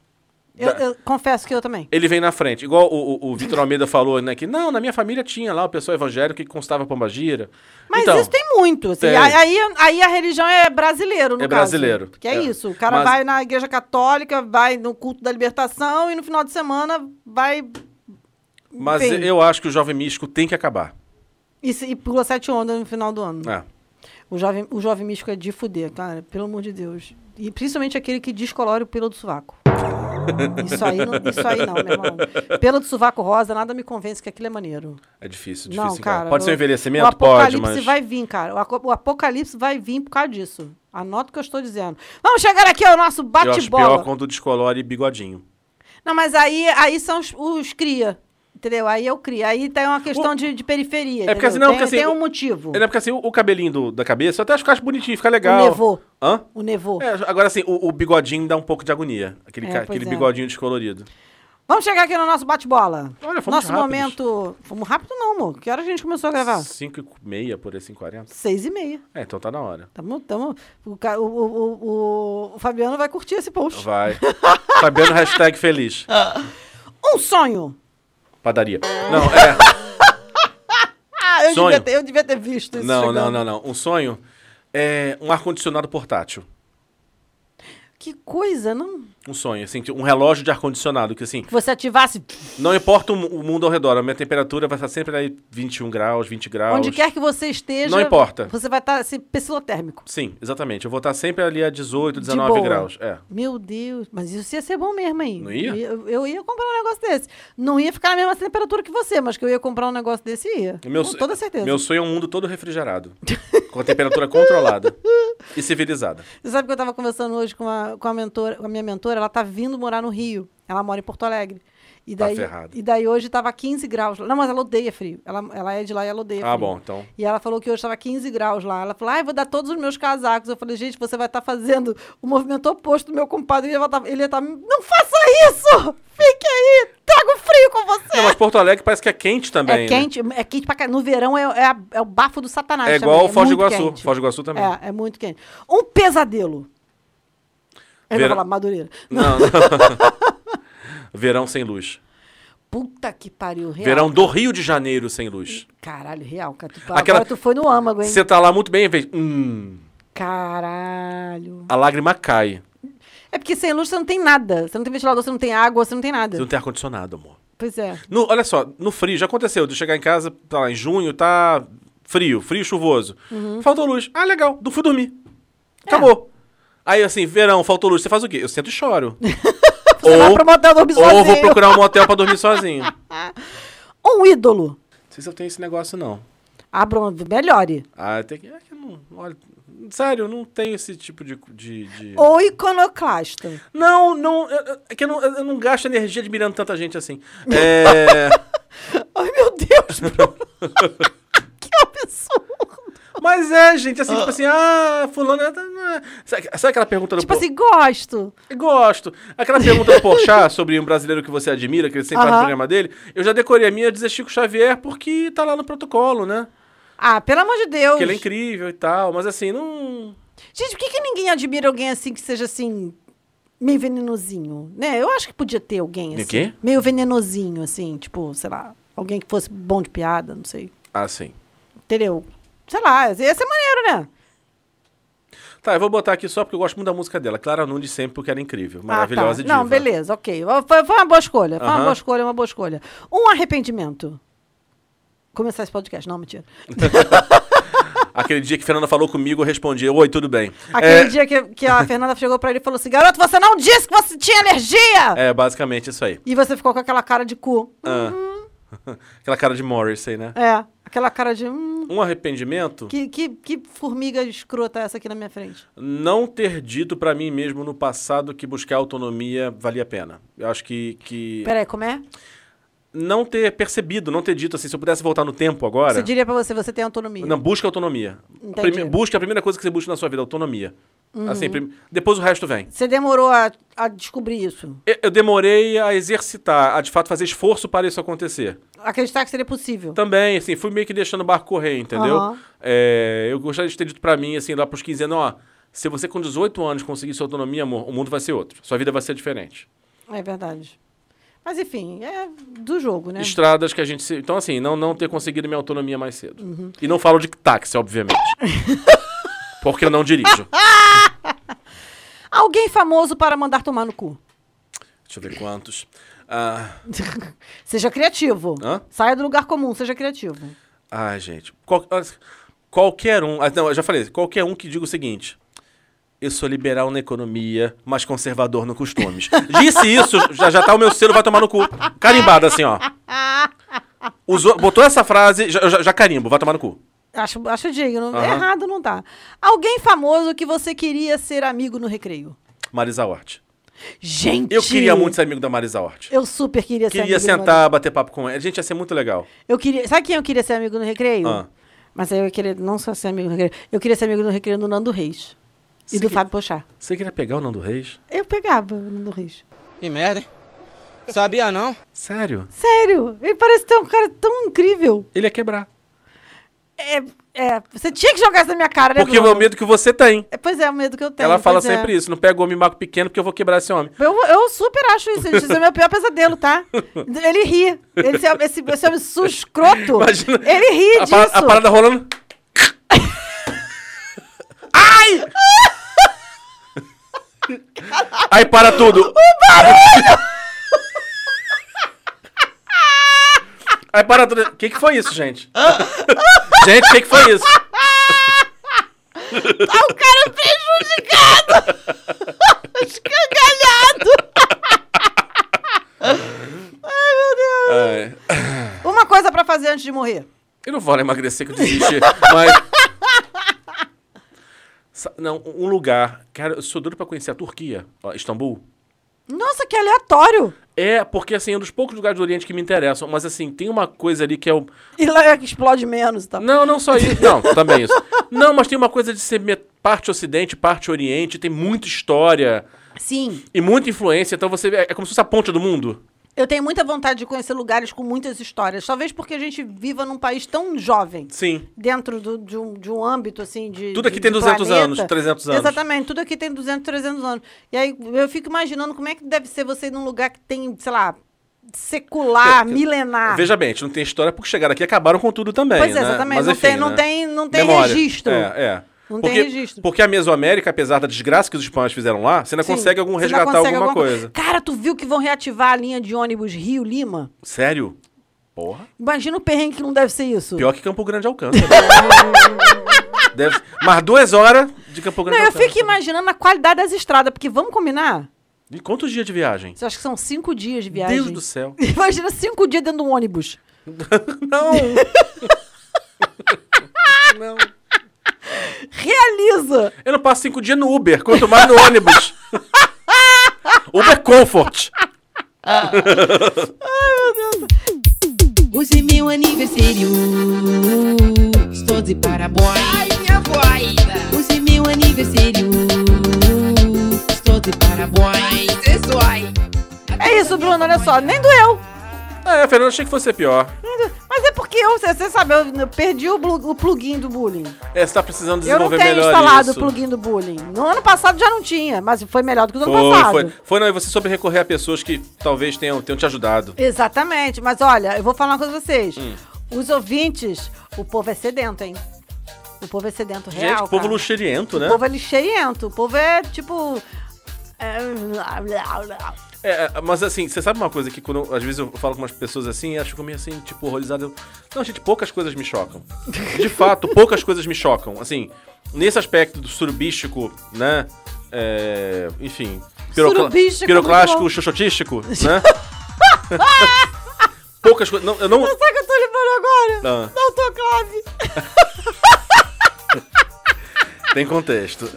A: Eu,
B: Da-
A: eu confesso que eu também.
B: Ele vem na frente. Igual o, o, o Vitor Almeida falou, né? Que não, na minha família tinha lá o pessoal evangélico que constava pombagira.
A: Mas
B: então,
A: isso tem muito. Assim,
B: tem.
A: a- Aí, aí a religião é brasileiro, no
B: É
A: caso.
B: brasileiro,
A: Porque é,
B: é.
A: isso. O cara
B: Mas-
A: vai na igreja católica, vai no culto da libertação e no final de semana vai.
B: Mas
A: enfim,
B: eu acho que o jovem místico tem que acabar.
A: E, se- e pula sete ondas no final do ano.
B: É.
A: O, jovem, o jovem místico é de fuder, cara. Pelo amor de Deus. E principalmente aquele que descolore o pelo do sovaco. Isso aí, não, isso aí não, meu irmão. Pelo do sovaco rosa, nada me convence que aquilo é maneiro.
B: É difícil, difícil.
A: Não,
B: encarar.
A: cara.
B: Pode ser um
A: o-
B: envelhecimento?
A: O
B: Pode,
A: apocalipse
B: mas.
A: vai vir, cara. O, aco- o apocalipse vai vir por causa disso. Anota o que eu estou dizendo. Vamos chegar aqui ao nosso
B: eu acho
A: bate-bola.
B: pior quando descolore bigodinho.
A: Não, mas aí, aí são os, os cria. Entendeu? Aí eu cria. Aí tem uma questão
B: O-
A: de, de periferia.
B: É porque
A: entendeu?
B: assim, não,
A: tem,
B: porque assim.
A: tem
B: o-
A: um motivo.
B: É porque assim, o, o cabelinho do- da cabeça, eu até acho que eu acho bonitinho, fica legal.
A: O nevô.
B: Hã?
A: O nevô.
B: É, agora assim, o, o bigodinho dá um pouco de agonia. Aquele,
A: É,
B: ca-
A: pois
B: aquele
A: é.
B: bigodinho descolorido.
A: Vamos chegar aqui no nosso bate-bola.
B: Olha, fomos
A: Nosso
B: rápidos.
A: momento. Fomos rápido, não, amor. Que hora a gente começou a gravar?
B: 5 e meia por aí, 5h40.
A: Seis e meia.
B: É, então tá na hora.
A: Tamo, tamo, o, ca- o, o, o- o Fabiano vai curtir esse post.
B: Vai. Fabiano, hashtag feliz.
A: Ah. Um sonho.
B: Padaria. Não, é.
A: Tá Ah, eu,
B: Sonho.
A: Devia, ter, eu devia ter visto isso.
B: Não, não,
A: chegando.
B: não, não. Um sonho é um ar-condicionado portátil.
A: Que coisa, não?
B: Um sonho, assim, um relógio de ar-condicionado, que assim,
A: Que você ativasse
B: não importa o mu- o mundo ao redor, a minha temperatura vai estar sempre aí 21 graus, 20 graus.
A: onde quer que você esteja.
B: Não importa.
A: Você vai estar assim, psilotérmico.
B: Sim, exatamente. Eu vou estar sempre ali a 18,
A: De
B: 19
A: boa.
B: graus. É.
A: Meu Deus, mas isso ia ser bom mesmo, hein?
B: Não ia?
A: Eu, eu ia comprar um negócio desse. Não ia ficar na mesma temperatura que você, mas que eu ia comprar um negócio desse ia.
B: O meu
A: Com
B: so-
A: toda certeza.
B: Meu sonho é um mundo todo refrigerado. com a temperatura controlada e civilizada.
A: Você sabe que eu tava conversando hoje com a, com a mentora, com a minha mentora, ela tá vindo morar no Rio. Ela mora em Porto Alegre. E
B: Tá
A: daí,
B: ferrado.
A: e daí hoje tava 15 graus. lá. Não, mas ela odeia frio. Ela, ela é de lá e ela odeia
B: Ah,
A: frio.
B: bom, então.
A: E ela falou que hoje estava 15 graus lá. Ela falou, ah, eu vou dar todos os meus casacos. Eu falei, gente, você vai estar fazendo o movimento oposto do meu compadre. Ele vai tá- ele ia estar, não faça isso! Fique aí! Trago frio com você!
B: Não, mas Porto Alegre parece que é quente também.
A: é
B: né?
A: quente, é quente pra caralho. No verão é, é a- é o bafo do satanás.
B: É
A: também.
B: igual Foz do
A: muito
B: Iguaçu.
A: quente.
B: Foz do Iguaçu também.
A: É, é muito quente. Um pesadelo. Eu
B: Vera-
A: vou falar Madureira.
B: Não, não. né? Verão sem luz.
A: Puta que pariu, real.
B: Verão do Rio de Janeiro sem luz.
A: Caralho, real, cara. Tu,
B: Aquela-
A: Agora tu foi no âmago, hein?
B: Você tá lá muito bem, vê. Hum,
A: Caralho.
B: a lágrima cai.
A: É porque sem luz você não tem nada. Você não tem ventilador, você não tem água, você não tem nada.
B: Você não tem ar-condicionado, amor.
A: Pois é.
B: No- olha só, no frio, já aconteceu de chegar em casa, tá lá, em junho, tá frio, frio chuvoso.
A: Uhum.
B: Faltou luz. Ah, legal, não fui dormir.
A: É.
B: Acabou. Aí, assim, verão, faltou luz, você faz o quê? Eu sento e choro.
A: Você vai pro motel dormir
B: ou vou
A: sozinho.
B: procurar um motel pra dormir sozinho.
A: ou um ídolo?
B: Não sei se eu tenho esse negócio, não.
A: Abra uma, melhore.
B: Ah, tem que. É que eu não. Olha, sério, eu não tenho esse tipo de. de, de-
A: Ou iconoclasta.
B: Não, não. eu- eu- É que eu não, eu não gasto energia admirando tanta gente assim. É.
A: Ai, meu Deus, Bruno. que absurdo.
B: Mas é, gente, assim, tipo assim, ah, fulano. ah, ah. Sabe, sabe aquela pergunta do
A: Tipo
B: po-
A: assim, gosto.
B: Gosto. Aquela pergunta do Porchat sobre um brasileiro que você admira, que ele sempre faz
A: Aham.
B: no programa dele, eu já decorei a minha dizer Chico Xavier porque tá lá no protocolo, né?
A: Ah, pelo amor de Deus.
B: Porque ele é incrível e tal, mas assim, não.
A: Gente, por que, que ninguém admira alguém assim que seja assim, meio venenosinho? Né? Eu acho que podia ter alguém assim.
B: De quê?
A: Meio venenosinho, assim, tipo, sei lá, alguém que fosse bom de piada, não sei.
B: Ah, sim.
A: Entendeu? Sei lá, ia ser maneiro, né?
B: Tá, eu vou botar aqui só porque eu gosto muito da música dela. Clara Nunes sempre porque era incrível.
A: ah,
B: Maravilhosa
A: tá.
B: e diva.
A: Não, beleza, ok. Foi, foi uma boa escolha. Foi uma
B: Aham.
A: boa escolha, uma boa escolha. Um arrependimento. Começar esse podcast, não, mentira.
B: Aquele dia que a Fernanda falou comigo, eu respondi: Oi, tudo bem.
A: Aquele
B: é,
A: dia que, que a Fernanda chegou pra ele e falou assim: Garoto, você não disse que você tinha alergia!
B: é, basicamente isso aí.
A: E você ficou com aquela cara de cu.
B: Ah. Aquela cara de Morrissey, né?
A: É, aquela cara de. "Hum,
B: Um arrependimento?
A: que, que, que formiga escrota é essa aqui na minha frente?
B: não ter dito pra mim mesmo no passado que buscar autonomia valia a pena. Eu acho que, que
A: Peraí, como é?
B: não ter percebido, não ter dito assim, se eu pudesse voltar no tempo agora.
A: Você diria pra você: você tem autonomia.
B: É. Não, busca autonomia.
A: Entendi. Uhum.
B: Prime- busca a primeira coisa que você busca na sua vida, autonomia. Assim, prim- depois o resto vem.
A: Você demorou a, a descobrir isso.
B: Eu, eu demorei a exercitar, a de fato fazer esforço para isso acontecer.
A: Acreditar que seria possível.
B: Também, assim, fui meio que deixando o barco correr, entendeu?
A: Aham.
B: É, eu gostaria de ter dito pra mim, assim, lá pros 15 anos, ó, se você com 18 anos conseguir sua autonomia, amor, o mundo vai ser outro. Sua vida vai ser diferente.
A: É verdade. Mas enfim, é do jogo, né?
B: estradas que a gente se... Então, assim, não, não ter conseguido minha autonomia mais cedo. E não falo de táxi, obviamente. Porque eu não dirijo.
A: Alguém famoso para mandar tomar no cu.
B: Deixa eu ver quantos. Ah,
A: seja criativo.
B: Hã?
A: Saia do lugar comum, seja criativo.
B: ai, gente. Qual- ah, qualquer um. ah, não, eu já falei, qualquer um que diga o seguinte. Eu sou liberal na economia, mas conservador no costumes. Disse isso, já, já tá o meu selo, vai tomar no cu. Carimbado, assim, ó. Usou- botou essa frase, já, já- já carimbo, vai tomar no cu.
A: Acho, acho digno.
B: Aham.
A: Errado não tá. Alguém famoso que você queria ser amigo no recreio.
B: Marisa Hort.
A: Gente!
B: Eu queria muito ser amigo da Marisa Hort.
A: Eu super queria ser
B: Queria
A: amigo do
B: sentar, bater papo com ela. Gente, ia ser muito legal.
A: Eu queria. Sabe quem eu queria ser amigo no recreio?
B: Ah.
A: Mas aí eu queria não só ser amigo no recreio. Eu queria ser amigo no recreio do Nando Reis. E do Fábio Pochá.
B: Você queria pegar o Nando Reis?
A: Eu pegava o Nando Reis.
G: Que merda, hein? Sabia não?
B: Sério?
A: Sério, ele parece ter um cara tão incrível.
B: Ele ia quebrar.
A: É, é, você tinha que jogar isso na minha cara, né?
B: Porque é
A: Bruno?
B: o medo que você tem.
A: É, Pois é, o medo que eu tenho.
B: Ela fala
A: pois é.
B: sempre isso. Não pega o homem mago pequeno porque eu vou quebrar esse homem.
A: Eu, eu super acho isso, gente. Isso é o meu pior pesadelo, tá? Ele ri. Ele, esse, esse, esse homem su- escroto.
B: Imagina.
A: Ele ri
B: a,
A: disso.
B: pa- a parada rolando. Ai! Aí para tudo. O Aí para tudo. O que, que foi isso, gente? gente, o que, que foi isso?
A: Tá o cara prejudicado. Escangalhado. Ai, meu
B: Ai.
A: Deus. Uma coisa pra fazer antes de morrer.
B: Eu não vou emagrecer que eu desisti, mas. Sa- Não, um lugar. Cara, eu sou doido pra conhecer a Turquia, ó, Istambul.
A: Nossa, que aleatório.
B: É, porque assim, é um dos poucos lugares do Oriente que me interessam, mas assim, tem uma coisa ali que é o.
A: E lá é que explode menos e tal.
B: Não, não só isso. Não, também isso. Não, mas tem uma coisa de ser met- parte Ocidente, parte Oriente, tem muita história
A: Sim,
B: e muita influência, então você. É é como se fosse a ponte do mundo.
A: Eu tenho muita vontade de conhecer lugares com muitas histórias. Talvez porque a gente viva num país tão jovem.
B: Sim.
A: Dentro do- de, um, de um âmbito, assim, de.
B: Tudo aqui
A: de-
B: tem
A: de
B: 200
A: planeta.
B: anos, 300 anos.
A: Exatamente, tudo aqui tem 200, 300 anos. E aí eu fico imaginando como é que deve ser você ir num lugar que tem, sei lá, secular,
B: Que- que-
A: milenar.
B: Veja bem, a gente não tem história porque chegaram aqui e acabaram com tudo também.
A: Ah. Pois é,
B: né?
A: exatamente.
B: Mas,
A: não, tem,
B: enfim,
A: não,
B: né?
A: tem, não tem
B: Memória.
A: registro.
B: É, é.
A: Não tem
B: porque,
A: registro.
B: Porque a Mesoamérica, apesar da desgraça que os espanhóis fizeram lá, você ainda
A: Sim.
B: consegue algum
A: Você ainda
B: resgatar
A: consegue
B: alguma coisa.
A: Cara, tu viu que vão reativar a linha de ônibus Rio-Lima?
B: Sério? Porra.
A: Imagina o perrengue que não deve ser isso.
B: Pior que Campo Grande alcança. Deve... Mas duas horas de Campo
A: Não,
B: Grande é
A: eu
B: alcança.
A: fico imaginando a qualidade das estradas, porque vamos combinar?
B: E quantos dias de viagem?
A: Você acha que são cinco dias de viagem?
B: Deus do céu.
A: Imagina cinco dias dentro de um ônibus.
B: Não! não.
A: Realiza!
B: Eu não passo cinco dias no Uber, quanto mais no ônibus. Uber Comfort.
H: Hoje é meu aniversário. Estou de parabéns. Ai, minha voz. Hoje é meu aniversário. Estou de parabéns. Isso aí.
A: É isso, Bruno, olha só. Nem doeu.
B: É, a Fernanda achei que fosse pior.
A: Nem doeu. Mas é porque eu, você você sabe, eu eu perdi o, blu- o plugin do bullying.
B: É, você tá precisando
A: Eu não
B: desenvolver
A: tenho
B: melhor
A: instalado
B: isso.
A: o plugin do bullying. No ano passado já não tinha, mas foi melhor do que o ano
B: Foi,
A: passado.
B: foi. Foi, não, e você soube recorrer a pessoas que talvez tenham, tenham te ajudado.
A: Exatamente. Mas olha, eu vou falar uma coisa pra vocês.
B: Hum.
A: Os ouvintes, o povo é sedento, hein? O povo é sedento
B: Gente,
A: real.
B: que povo
A: cara.
B: luxuriento, né?
A: O povo é lixeirento. O povo é tipo. é-
B: É, mas assim, você sabe uma coisa que quando às vezes eu falo com umas pessoas assim, elas ficam meio assim, tipo, horrorizadas. Eu, Não, gente, poucas coisas me chocam. De fato, poucas coisas me chocam. Assim, nesse aspecto do surubístico, né? É, enfim.
A: Surubístico, é muito
B: piroclástico,
A: bom.
B: xoxotístico, né? poucas coisas. Não, eu não.
A: Sabe o que eu tô lembrando agora?
B: Ah.
A: Da autoclave.
B: Tem contexto.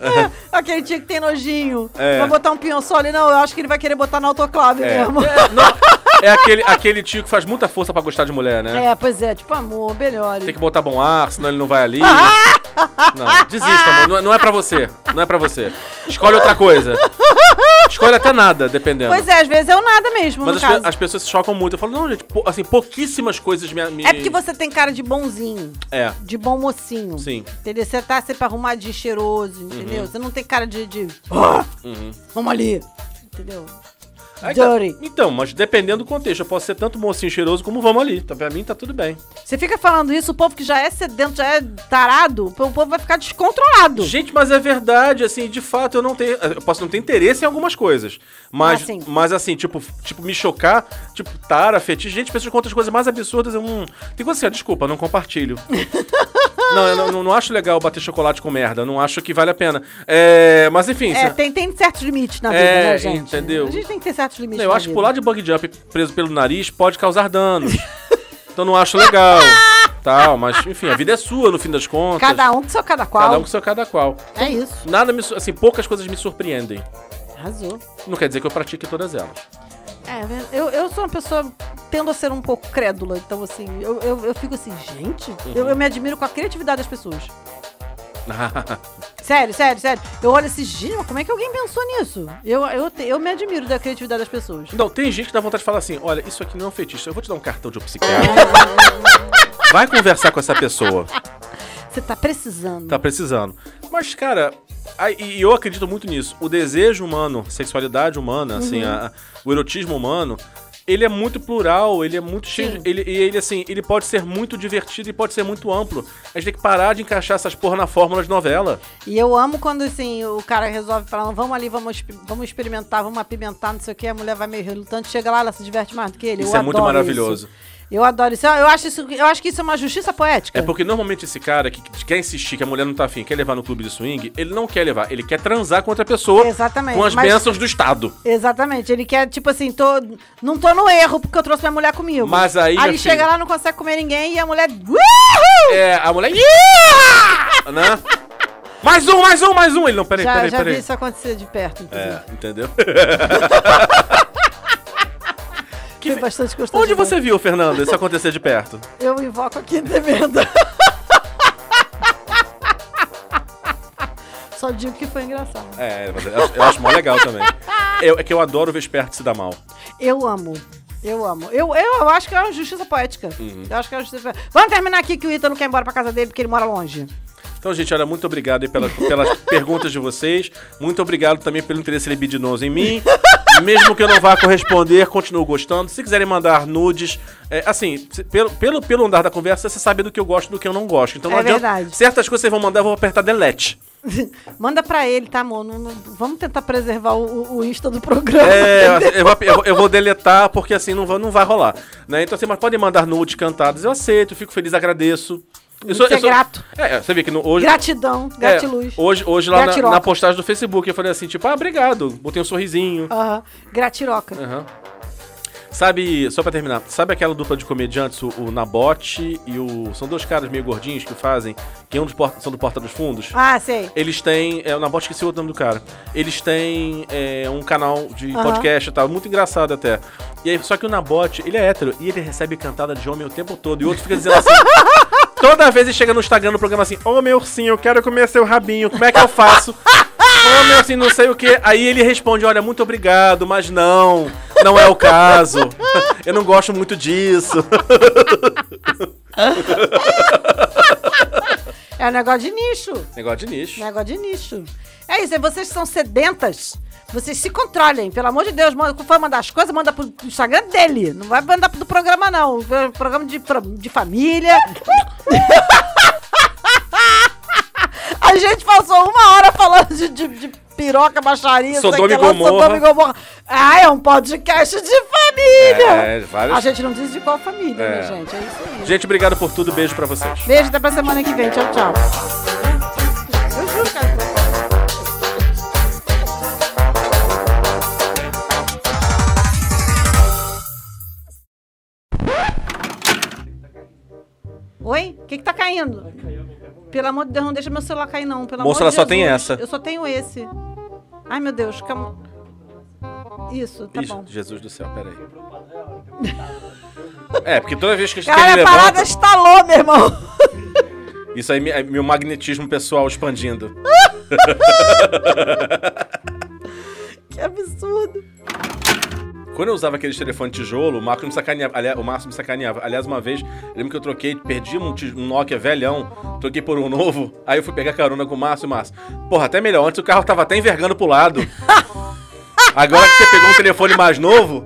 A: Aquele dia que tem nojinho.
B: É.
A: Vai botar um pinhão só ali. Não, eu acho que ele vai querer botar na autoclave
B: É,
A: mesmo.
B: É, não, é aquele, aquele tio que faz muita força pra gostar de mulher, né?
A: É, pois é. Tipo, amor, melhor.
B: Tem que botar bom ar, senão ele não vai ali. Não, desista, amor. Não, é- não é pra você. Não é pra você. Escolhe outra coisa. Escolhe até nada, dependendo.
A: Pois é, às vezes é o nada mesmo,
B: Mas
A: no
B: as, pe-
A: caso.
B: as pessoas se chocam muito. Eu falo, não, gente, pou- assim, pouquíssimas coisas me, me-
A: É porque você tem cara de bonzinho.
B: É.
A: de bom mocinho.
B: Sim. Uhum.
A: Entendeu? Você tá sempre arrumadinho, cheiroso, entendeu? Você não tem cara de. de... "Ah, Vamos ali! Entendeu?
B: Aí tá-
A: Dirty.
B: Então, mas dependendo do contexto, eu posso ser tanto mocinho cheiroso como vamos ali. Tá, pra mim tá tudo bem.
A: Você fica falando isso, o povo que já é sedento, já é tarado, o povo vai ficar descontrolado.
B: Gente, mas é verdade, assim, de fato eu não tenho. Eu posso não ter interesse em algumas coisas. Mas,
A: Ah, sim.
B: mas assim, tipo, tipo, me chocar, tipo, tara, fetiche. Gente, pessoas contam as coisas mais absurdas. Eu, hum, tem coisa assim, ó, desculpa, não compartilho. não, eu não, não- não acho legal bater chocolate com merda. Não acho que vale a pena. É, mas enfim.
A: É,
B: cê-
A: tem, tem certos limites na vida,
B: É,
A: né, gente?
B: entendeu?
A: A gente tem que ter certos limites.
B: não, eu
A: na
B: acho que
A: vida.
B: pular de bug jump preso pelo nariz pode causar danos. então não acho legal. Tal, mas enfim, a vida é sua no fim das contas.
A: Cada um com seu cada qual.
B: Cada um com seu cada qual.
A: É isso.
B: Nada me. su- Assim, poucas coisas me surpreendem.
A: Arrasou.
B: Não quer dizer que eu pratique todas elas.
A: É, eu, eu sou uma pessoa tendo a ser um pouco crédula, então assim, eu, eu, eu fico assim, gente,
B: Uhum.
A: eu, eu me admiro com a criatividade das pessoas. Sério, sério, sério. Eu olho esse gênio, como é que alguém pensou nisso? Eu, eu, te- eu me admiro da criatividade das pessoas.
B: Não, tem gente que dá vontade de falar assim: olha, isso aqui não é um fetiche, eu vou te dar um cartão de um psiquiatra. Vai conversar com essa pessoa,
A: Você tá precisando.
B: tá precisando. Mas, cara, aí- e eu acredito muito nisso. O desejo humano, sexualidade humana, assim, a- a- o erotismo humano, ele é muito plural, ele é muito cheio.
A: Sim.
B: de- Ele, e ele, assim, ele pode ser muito divertido e pode ser muito amplo. A gente tem que parar de encaixar essas porra na fórmula de novela.
A: E eu amo quando, assim, o cara resolve falar, vamos ali, vamos, exper- vamos experimentar, vamos apimentar, não sei o que, a mulher vai meio relutante, chega lá, ela se diverte mais do que ele. Eu
B: Isso é muito
A: adoro
B: maravilhoso.
A: isso. Eu adoro isso. Eu- Eu acho, isso. eu acho que isso é uma justiça poética.
B: É porque normalmente esse cara que que quer insistir que a mulher não tá afim, quer levar no clube de swing, ele não quer levar, ele quer transar com outra pessoa
A: Exatamente,
B: com as
A: mas-
B: bênçãos do Estado.
A: Exatamente, ele quer, tipo assim, tô, não tô no erro porque eu trouxe minha mulher comigo.
B: Mas aí,
A: Aí
B: minha
A: chega
B: filha-
A: lá, não consegue comer ninguém e a mulher. Uhul!
B: É, a mulher. né? Mais um, mais um, mais um! Ele não, peraí,
A: já
B: peraí,
A: já vi
B: peraí.
A: isso acontecer de perto, inclusive.
B: É, entendeu?
A: Foi bastante gostoso. de
B: Onde
A: ver.
B: você viu, Fernando, isso acontecer de perto?
A: Eu invoco aqui devendo. Só digo que foi engraçado.
B: É, mas eu, eu acho mó legal também. Eu- é que eu adoro ver esperto se dar mal.
A: Eu amo. Eu amo. Eu, eu, eu acho que é uma justiça poética.
B: Uhum.
A: Eu acho que é uma justiça poética. Vamos terminar aqui que o Ítalo quer ir embora pra casa dele porque ele mora longe.
B: Então, gente, olha, muito obrigado aí pelas, pelas perguntas de vocês. Muito obrigado também pelo interesse libidinoso em mim. Mesmo que eu não vá corresponder, continuo gostando. Se quiserem mandar nudes, é, assim, se- pelo, pelo, pelo andar da conversa, você sabe do que eu gosto e do que eu não gosto. Então, não
A: É
B: adianta-
A: verdade.
B: Certas coisas vocês vão mandar, eu vou apertar delete.
A: Manda pra ele, tá, amor? Não- não- vamos tentar preservar o, o- o Insta do programa.
B: É, eu, vou- eu vou- eu vou deletar, porque assim não, vou- não vai rolar. né? Então, assim, mas podem mandar nudes cantadas, eu aceito, fico feliz, agradeço. Eu
A: Você é grato.
B: É, é, você vê que no- hoje,
A: Gratidão,
B: É,
A: gratiluz.
B: hoje, hoje lá na,
A: Gratiroca.
B: na postagem do Facebook eu falei assim, tipo, ah, obrigado. Botei um sorrisinho.
A: Aham, gratiroca.
B: Aham. Sabe, só pra terminar, sabe aquela dupla de comediantes, o, o Nabote e o. São dois caras meio gordinhos que fazem. Que um dos porta, são do Porta dos Fundos?
A: Ah, sei.
B: Eles têm. É, o Nabote esqueci o outro nome do cara. Eles têm é, um canal de
A: Aham.
B: podcast e tal, muito engraçado até. E aí, só que o Nabote, ele é hétero e ele recebe cantada de homem o tempo todo. E o outro fica dizendo assim. Toda vez ele chega no Instagram no programa assim, ô meu ursinho, eu quero comer seu rabinho, como é que eu faço? Ô meu ursinho, não sei o que. Aí ele responde, olha, muito obrigado, mas não, não é o caso. Eu não gosto muito disso.
A: É um negócio de nicho.
B: Negócio de nicho.
A: Negócio de nicho. É isso, é vocês que são sedentas. Vocês se controlem, pelo amor de Deus. Manda, quando for mandar as coisas, manda pro Instagram dele. Não vai mandar pro do programa, não. É um Programa de, pro- de família. A gente passou uma hora falando de, de- de piroca, baixaria,
B: Sodoma
A: sei
B: e
A: que lá,
B: Gomorra.
A: Sodoma e Gomorra. Ah, é um podcast de família.
B: É, vários-
A: A gente não diz de qual família, né,
B: É.
A: gente? É isso aí.
B: Gente, obrigado por tudo, beijo pra vocês.
A: Beijo, até pra semana que vem. Tchau, tchau. Eu juro, cara. Oi? O que que tá caindo? Pelo amor de Deus, não deixa meu celular cair, não. Pelo
B: Moça,
A: amor
B: ela
A: de
B: só tem
A: Jesus.
B: essa.
A: Eu só tenho esse. Ai, meu Deus, calma. Isso, tá
B: Ih,
A: bom.
B: Jesus do céu, peraí. É, porque toda vez que a gente
A: Cara, a parada é
B: levanta,
A: estalou, meu irmão.
B: isso aí me- é meu magnetismo pessoal expandindo.
A: Que absurdo.
B: Quando eu usava aqueles telefone tijolo, o Marco me sacaneava. Aliás, o Márcio me sacaneava. Aliás, uma vez, eu lembro que eu troquei, perdi um, ti- um Nokia velhão, troquei por um novo. Aí eu fui pegar carona com o Márcio e o Márcio. Porra, até melhor. Antes o carro tava até envergando pro lado. Agora que você pegou um telefone mais novo,